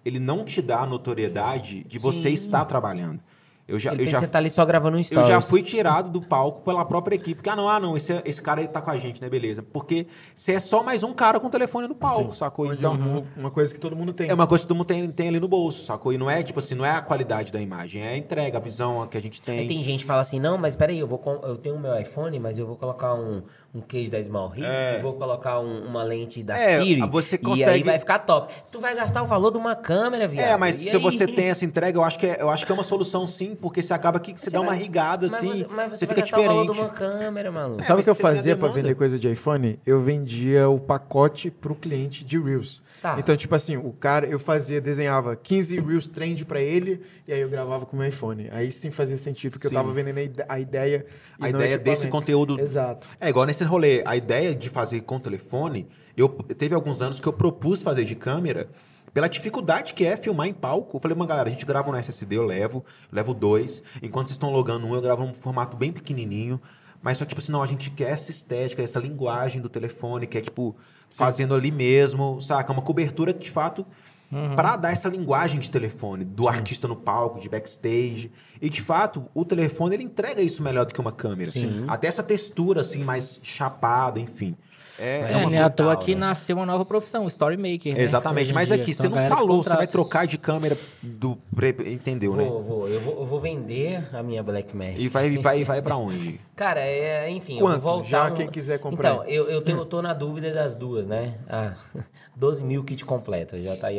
Speaker 2: ele não te dá a notoriedade de você estar trabalhando. Eu já,
Speaker 3: Ele
Speaker 2: eu
Speaker 3: pensa
Speaker 2: já,
Speaker 3: que você tá ali só gravando um
Speaker 2: eu
Speaker 3: stories.
Speaker 2: já fui tirado do palco pela própria equipe. Porque, ah, não, ah, não, esse, esse cara aí tá com a gente, né? Beleza. Porque você é só mais um cara com o telefone no palco, sacou?
Speaker 5: Onde
Speaker 2: Então,
Speaker 5: é uma coisa que todo mundo tem.
Speaker 2: é uma coisa que todo mundo tem, tem ali no bolso, sacou? E não é, tipo assim, não é a qualidade da imagem, é a entrega, a visão que a gente
Speaker 3: Aí
Speaker 2: tem. É,
Speaker 3: tem gente que fala assim, não, mas peraí, eu, vou com- eu tenho o meu iPhone, mas eu vou colocar um, um case da Small Rig, eu vou colocar um- uma lente da
Speaker 2: É,
Speaker 3: Siri,
Speaker 2: você
Speaker 3: e aí
Speaker 2: consegue-
Speaker 3: vai ficar top. Tu vai gastar o valor de uma câmera, viado.
Speaker 2: É, mas
Speaker 3: E
Speaker 2: se
Speaker 3: aí? (laughs)
Speaker 2: você tem essa entrega, eu acho que é, eu acho que é uma solução sim, porque você acaba que você, dá uma rigada,
Speaker 3: Mas
Speaker 2: assim,
Speaker 3: você, mas você,
Speaker 2: você
Speaker 3: vai
Speaker 2: fica
Speaker 3: gastar o
Speaker 2: diferente.
Speaker 3: valor
Speaker 2: É,
Speaker 3: de uma câmera, maluco.
Speaker 5: É, Sabe
Speaker 2: mas
Speaker 5: o que eu
Speaker 2: você tem a
Speaker 5: fazia pra
Speaker 2: demanda.
Speaker 5: vender coisa de iPhone? Eu vendia o pacote pro cliente de Reels.
Speaker 3: Tá.
Speaker 5: Então, tipo assim, o cara, eu fazia, desenhava 15 Reels trend pra ele e aí eu gravava com o meu iPhone. Aí sim fazia sentido, porque
Speaker 2: Sim.
Speaker 5: eu tava vendendo a ide- a ideia. e
Speaker 2: A
Speaker 5: não o
Speaker 2: ideia desse
Speaker 5: equipamento.
Speaker 2: conteúdo.
Speaker 5: Exato.
Speaker 2: É igual nesse rolê, a ideia de fazer com telefone, eu teve alguns anos que eu propus fazer de câmera, pela dificuldade que é filmar em palco. Eu falei, mas galera, a gente grava um no SSD, eu levo, eu levo dois. Enquanto vocês estão logando um, eu gravo um formato bem pequenininho. Mas só tipo assim, não, a gente quer essa estética, essa linguagem do telefone, que é tipo fazendo ali mesmo, saca? Uma cobertura que de fato
Speaker 4: Uhum.
Speaker 2: Pra dar essa linguagem de telefone, do artista no palco, de backstage. E de fato, o telefone ele entrega isso melhor do que uma câmera. assim. Até essa textura assim mais chapada, enfim. É,
Speaker 3: É,
Speaker 2: é
Speaker 4: É,
Speaker 2: uma-
Speaker 4: nem à toa
Speaker 3: brutal,
Speaker 4: que
Speaker 3: né?
Speaker 4: nasceu uma nova profissão, o story maker. né? Hoje
Speaker 2: Exatamente,
Speaker 4: em
Speaker 2: mas
Speaker 4: dia.
Speaker 2: aqui,
Speaker 4: Então,
Speaker 2: você
Speaker 4: a
Speaker 2: não
Speaker 4: galera
Speaker 2: falou, você
Speaker 4: contrata.
Speaker 2: vai trocar de câmera do. pre- Entendeu, né?
Speaker 3: Vou, vou, eu, vou, eu vou vender a minha Black Magic.
Speaker 2: E vai, vai, vai pra
Speaker 4: (laughs)
Speaker 2: onde?
Speaker 3: Cara, é, enfim, eu
Speaker 5: Quanto?
Speaker 3: vou voltar...
Speaker 5: Já quem quiser comprar.
Speaker 3: Então, eu, eu, tenho- eu tô na dúvida das duas, né? Ah, (laughs) 12 mil kit completo, já tá aí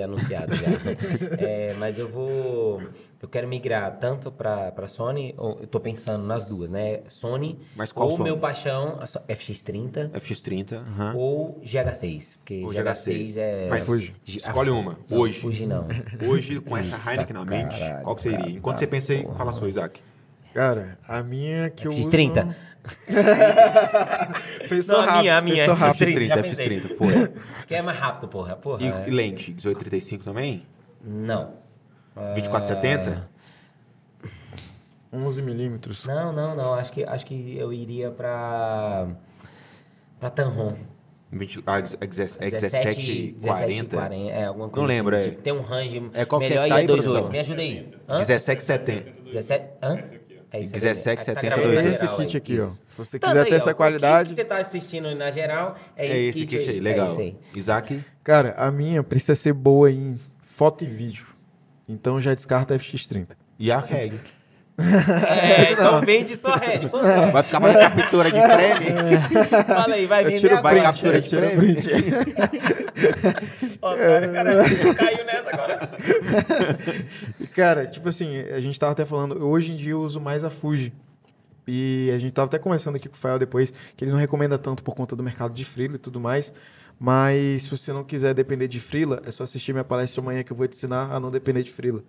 Speaker 2: (laughs)
Speaker 3: anunciado já. É, mas eu vou... Eu quero migrar tanto pra, pra Sony, ou, eu tô pensando nas duas, né? Sony
Speaker 2: Mas qual
Speaker 3: ou
Speaker 2: Sony?
Speaker 3: meu paixão, a so- FX30
Speaker 2: FX30. aham.
Speaker 3: ou GH6. Porque
Speaker 2: Ou
Speaker 3: GH6, é...
Speaker 2: Mas
Speaker 5: hoje.
Speaker 3: G-
Speaker 2: Escolhe uma, hoje. (laughs)
Speaker 3: Hoje não.
Speaker 2: Hoje, com essa Heineken na mente,
Speaker 3: caralho,
Speaker 2: qual que seria? Enquanto
Speaker 4: tá
Speaker 2: você pensa aí, fala sua, Isaac.
Speaker 5: Cara, a minha que eu uso...
Speaker 3: FX30?
Speaker 5: Pensou
Speaker 3: Não, a
Speaker 5: rápido,
Speaker 3: minha, a minha.
Speaker 5: Pensou rápido.
Speaker 2: FX30,
Speaker 3: já pensei.
Speaker 2: FX30, foi.
Speaker 4: (laughs)
Speaker 3: Que é mais rápido, porra. porra
Speaker 2: E,
Speaker 3: é.
Speaker 2: e lente, 1835 também?
Speaker 3: Não.
Speaker 4: É.
Speaker 2: 2470?
Speaker 5: 11 milímetros.
Speaker 3: Não, não, não. Acho que, acho que eu iria pra. pra Tanron.
Speaker 2: 20, ah, ex- ex- 17, 40.
Speaker 3: É, alguma coisa.
Speaker 2: Não lembro,
Speaker 3: assim,
Speaker 2: é.
Speaker 3: que Tem um range
Speaker 2: É qualquer-
Speaker 3: melhor e
Speaker 2: tá
Speaker 3: é
Speaker 2: aí,
Speaker 3: 28.
Speaker 2: produção.
Speaker 3: Me ajuda aí. Hã?
Speaker 2: 17, 70.
Speaker 3: 17. Hã? É isso aí.
Speaker 2: 17,
Speaker 3: Tá
Speaker 2: 72.
Speaker 3: gravando na
Speaker 5: Esse
Speaker 3: geral
Speaker 5: kit
Speaker 3: aí,
Speaker 5: aqui, ó.
Speaker 3: isso.
Speaker 5: Se você
Speaker 3: Tanto
Speaker 5: quiser ter
Speaker 3: ó,
Speaker 5: essa
Speaker 3: o kit
Speaker 5: qualidade-
Speaker 3: que você tá assistindo na geral, é,
Speaker 2: É esse
Speaker 3: kit
Speaker 2: kit aí, legal.
Speaker 3: É
Speaker 2: (laughs)
Speaker 3: esse aí.
Speaker 2: Isaac,
Speaker 5: Cara, a minha precisa ser boa em foto e vídeo. Então já descarta a FX30.
Speaker 2: E a reg.
Speaker 3: É, então vende só Red. Quanto é?
Speaker 2: Vai ficar fazendo captura de
Speaker 3: (laughs)
Speaker 2: frame?
Speaker 3: Fala aí, vai vender
Speaker 2: Tiro vai
Speaker 3: agora.
Speaker 2: captura de
Speaker 5: Tira
Speaker 2: frame?
Speaker 5: print.
Speaker 2: (laughs)
Speaker 3: Otário, tá cara, caiu nessa agora.
Speaker 5: E, (laughs) Cara, tipo assim, a gente tava até falando, hoje em dia eu uso mais a Fuji. E a gente tava até conversando aqui com o Fael depois, que ele não recomenda tanto por conta do mercado de freela e tudo mais. Mas se você não quiser depender de freela, é só assistir minha palestra amanhã que eu vou te ensinar a não depender de freela.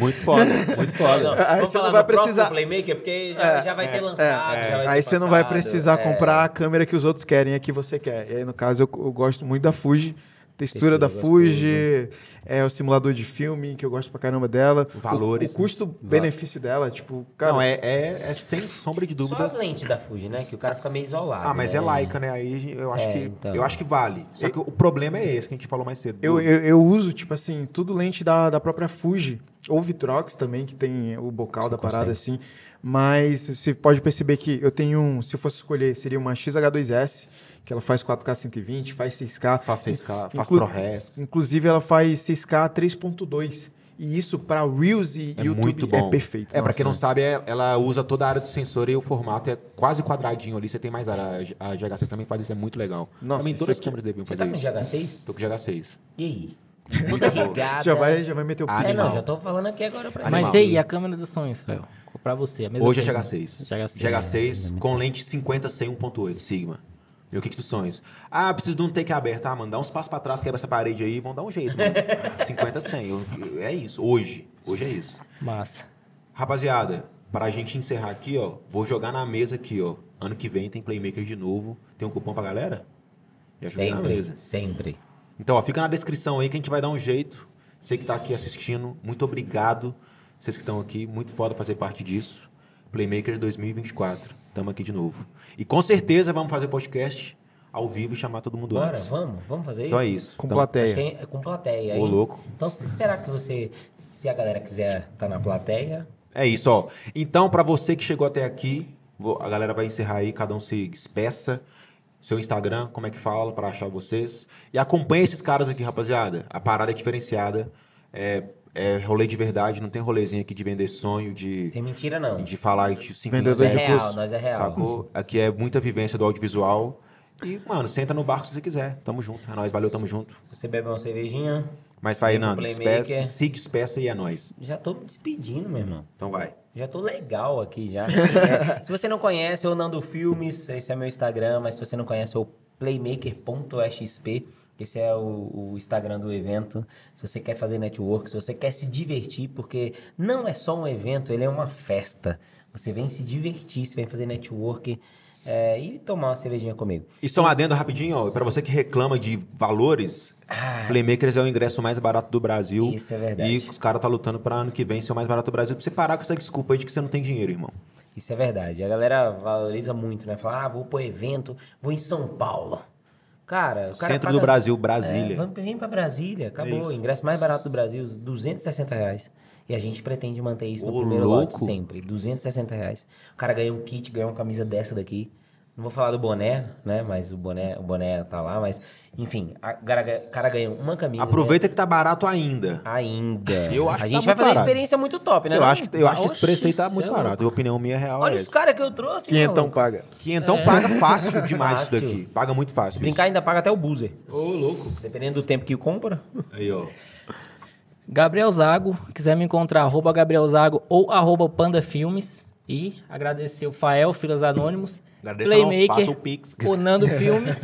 Speaker 2: Muito foda, muito foda.
Speaker 3: Não, não.
Speaker 5: Aí
Speaker 3: Vamos
Speaker 5: você não
Speaker 3: falar
Speaker 5: vai
Speaker 3: do próximo
Speaker 5: precisar- É,
Speaker 3: Playmaker, porque já, já vai ter lançado. já vai ter
Speaker 5: Aí você não vai
Speaker 3: passado,
Speaker 5: precisar
Speaker 3: é.
Speaker 5: comprar a câmera que os outros querem, a que você quer. E aí, no caso, eu, eu gosto muito da Fuji.
Speaker 3: Textura
Speaker 5: Textura da
Speaker 3: gostosa.
Speaker 5: Fuji, é o simulador de filme, que eu gosto pra caramba dela. O-
Speaker 2: Valores,
Speaker 5: O,
Speaker 2: né?
Speaker 5: custo-benefício dela, tipo, cara.
Speaker 2: Não, é, é, é sem sombra de
Speaker 3: Só
Speaker 2: dúvidas.
Speaker 3: as lentes da Fuji, né? Que o cara fica meio isolado.
Speaker 2: Ah, mas
Speaker 3: né?
Speaker 2: é laica, né? Aí eu acho
Speaker 3: É,
Speaker 2: que
Speaker 3: então.
Speaker 2: eu acho que vale. Só que o problema é esse que a gente falou mais cedo.
Speaker 5: Eu, eu, eu uso, tipo assim, tudo lente da, da própria Fuji. Ou Vitrox também, que tem o bocal da parada assim. Mas você pode perceber que eu tenho um. Se eu fosse escolher, seria uma XH2S, que ela faz 4K 120, faz 6K.
Speaker 2: Faz 6K, faz
Speaker 5: Inclu-
Speaker 2: ProRes.
Speaker 5: Inclusive, ela faz 6K 3.2. E isso pra Reels e
Speaker 2: É
Speaker 5: YouTube
Speaker 2: muito bom.
Speaker 5: é perfeito.
Speaker 2: É, pra
Speaker 5: Nossa,
Speaker 2: quem não
Speaker 5: né?
Speaker 2: sabe, é- ela usa toda a área do sensor e o formato é quase quadradinho ali. Você tem mais área. A GH6 também faz isso, é muito legal.
Speaker 5: Nossa,
Speaker 2: também
Speaker 5: isso
Speaker 2: todas as
Speaker 5: aqui-
Speaker 2: câmeras deviam
Speaker 3: Você
Speaker 2: fazer
Speaker 3: tá com
Speaker 2: isso.
Speaker 3: GH6?
Speaker 2: Tô com GH6.
Speaker 3: E aí? Toda regada.
Speaker 5: Já vai, já vai meter o
Speaker 2: Ah,
Speaker 5: pé.
Speaker 3: É, não,
Speaker 2: animal.
Speaker 3: já tô falando aqui agora pra
Speaker 2: Animal.
Speaker 4: Mas e aí, a câmera dos sonhos, Rafael? Pra você. A mesma
Speaker 2: Hoje é
Speaker 4: câmera.
Speaker 2: GH6.
Speaker 4: GH6.
Speaker 2: com lente 50 100 1.8 Sigma. E o que que tu sonhas? Ah, preciso de um take aberto. Ah, mano, dá uns passos pra trás, quebra essa parede aí, vão dar um jeito, mano. 50 100. eu- é isso, hoje. Hoje é isso.
Speaker 4: Massa.
Speaker 2: Rapaziada, pra gente encerrar aqui, ó, vou jogar na mesa aqui, ó. Ano que vem tem Playmaker de novo. Tem um cupom pra galera? Já joguei na mesa.
Speaker 3: Sempre, sempre.
Speaker 2: Então, ó, fica na descrição aí que a gente vai dar um jeito. Você que tá aqui assistindo, muito obrigado. Vocês que estão aqui, muito foda fazer parte disso. Playmaker 2024, tamo aqui de novo. E com certeza vamos fazer podcast ao vivo e chamar todo mundo
Speaker 3: Bora,
Speaker 2: antes.
Speaker 3: vamos, vamos fazer isso?
Speaker 2: Então é isso.
Speaker 5: Com
Speaker 2: Tamo-
Speaker 5: plateia.
Speaker 3: Acho que é com plateia.
Speaker 2: Ô,
Speaker 3: hein?
Speaker 2: louco.
Speaker 3: Então, se- será que você, se a galera quiser estar na plateia,
Speaker 2: É isso, ó. Então, pra você que chegou até aqui, vou- a galera vai encerrar aí, cada um se despeça. Seu Instagram, como é que fala pra achar vocês. E acompanha esses caras aqui, rapaziada. A parada é diferenciada. É, é rolê de verdade, não tem rolezinho aqui de vender sonho, de,
Speaker 3: tem mentira não.
Speaker 2: de falar de cinco em
Speaker 5: Vendedor
Speaker 3: Nós é
Speaker 5: de
Speaker 2: sete,
Speaker 3: real,
Speaker 5: curso.
Speaker 3: nós é real.
Speaker 2: Sacou? Aqui é muita vivência do audiovisual. E, mano, senta no barco se você quiser. Tamo junto. É nóis, valeu, tamo junto.
Speaker 3: Você bebe uma cervejinha,
Speaker 2: Mas vai,
Speaker 3: Vem
Speaker 5: um
Speaker 2: Nando.
Speaker 3: pro Playmaker.
Speaker 2: Despeça, se despeça e é nóis.
Speaker 3: já tô me despedindo, meu irmão.
Speaker 2: Então vai.
Speaker 3: Já tô legal aqui
Speaker 2: (laughs)
Speaker 3: já. É, se você não conhece, eu Nando Filmes, esse é meu Instagram, mas se você não conhece, é o playmaker.xp. Esse é o, o Instagram do evento. Se você quer fazer network, se você quer se divertir, porque não é só um evento, ele é uma festa. Você vem se divertir, você vem fazer network é, e tomar uma cervejinha comigo.
Speaker 2: E só um adendo rapidinho, ó. Pra você que reclama de valores, Playmakers é o ingresso mais barato do Brasil.
Speaker 3: Ah. Isso é verdade.
Speaker 2: E os caras tá lutando pra ano que vem ser o mais barato do Brasil. Pra você parar com essa desculpa aí de que você não tem dinheiro, irmão.
Speaker 3: Isso é verdade. A galera valoriza muito, né? Fala, ah, vou pro evento, vou em São Paulo. Cara, o cara
Speaker 2: Centro
Speaker 3: paga-
Speaker 2: do Brasil, Brasília.
Speaker 3: É, vamos- vem pra Brasília,
Speaker 2: É
Speaker 3: acabou.
Speaker 2: isso.
Speaker 3: ingresso mais barato do Brasil, R$ 260 reais. E a gente pretende manter isso no
Speaker 2: Ô,
Speaker 3: primeiro lote
Speaker 2: louco.
Speaker 3: sempre. R$ 260 reais. O cara ganha um kit, ganha uma camisa dessa daqui. Não vou falar do boné, né? Mas o boné, o boné tá lá, mas... Enfim, a- o cara, o cara ganha uma camisa...
Speaker 2: Aproveita que tá barato ainda.
Speaker 3: ganha- Ainda.
Speaker 2: Eu acho
Speaker 3: a
Speaker 2: que tá muito
Speaker 3: gente vai fazer uma
Speaker 2: barato.
Speaker 3: experiência muito top, né?
Speaker 2: eu
Speaker 3: não?
Speaker 2: acho, que- eu acho que esse
Speaker 4: Oxi,
Speaker 2: preço aí tá muito
Speaker 4: cê é louco.
Speaker 2: barato. A opinião minha real
Speaker 3: Olha
Speaker 2: é
Speaker 3: os
Speaker 2: essa.
Speaker 3: caras que eu trouxe,
Speaker 5: Quinhentão
Speaker 3: maluco.
Speaker 5: paga.
Speaker 2: Quinhentão paga fácil demais
Speaker 3: Fácil.
Speaker 2: isso daqui. Paga muito fácil.
Speaker 3: Se brincar, ainda paga até o boozer.
Speaker 2: isso. Ô, louco.
Speaker 3: Dependendo do tempo que compra.
Speaker 2: Aí, ó.
Speaker 4: Gabriel Zago, quiser me encontrar, arroba Gabriel Zago ou arroba Panda Filmes. E agradecer o Fael, Filas Anônimos,
Speaker 2: Agradeço não, passa o Pix.
Speaker 4: o
Speaker 2: (laughs)
Speaker 4: Nando Filmes.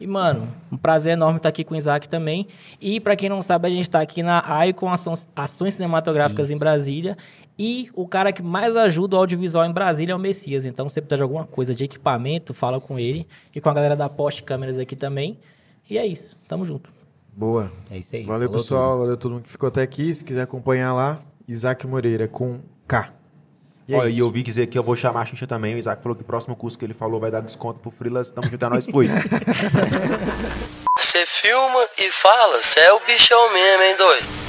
Speaker 4: E, mano, um prazer enorme estar aqui com o Isaac também. E, pra quem não sabe, a gente tá aqui na Icon Ações, Ações Cinematográficas em Brasília. E o cara que mais ajuda o audiovisual em Brasília é o Messias. Então, se você precisar de alguma coisa de equipamento, fala com ele. E com a galera da Poste Câmeras aqui também. E é isso. Tamo junto.
Speaker 5: Boa.
Speaker 3: É isso aí.
Speaker 5: Valeu,
Speaker 3: Falou
Speaker 5: pessoal. Valeu todo mundo que ficou até aqui. Se quiser acompanhar lá, Isaac Moreira com K. é
Speaker 2: Ó,
Speaker 5: isso.
Speaker 2: e eu vi dizer que eu vou chamar a Xincha também. O Isaac falou que o próximo curso que ele falou vai dar desconto pro Freelas. Tamo junto, é nóis,
Speaker 3: (laughs)
Speaker 2: fui.
Speaker 1: Você filma e fala, cê é o bichão mesmo, hein, doido?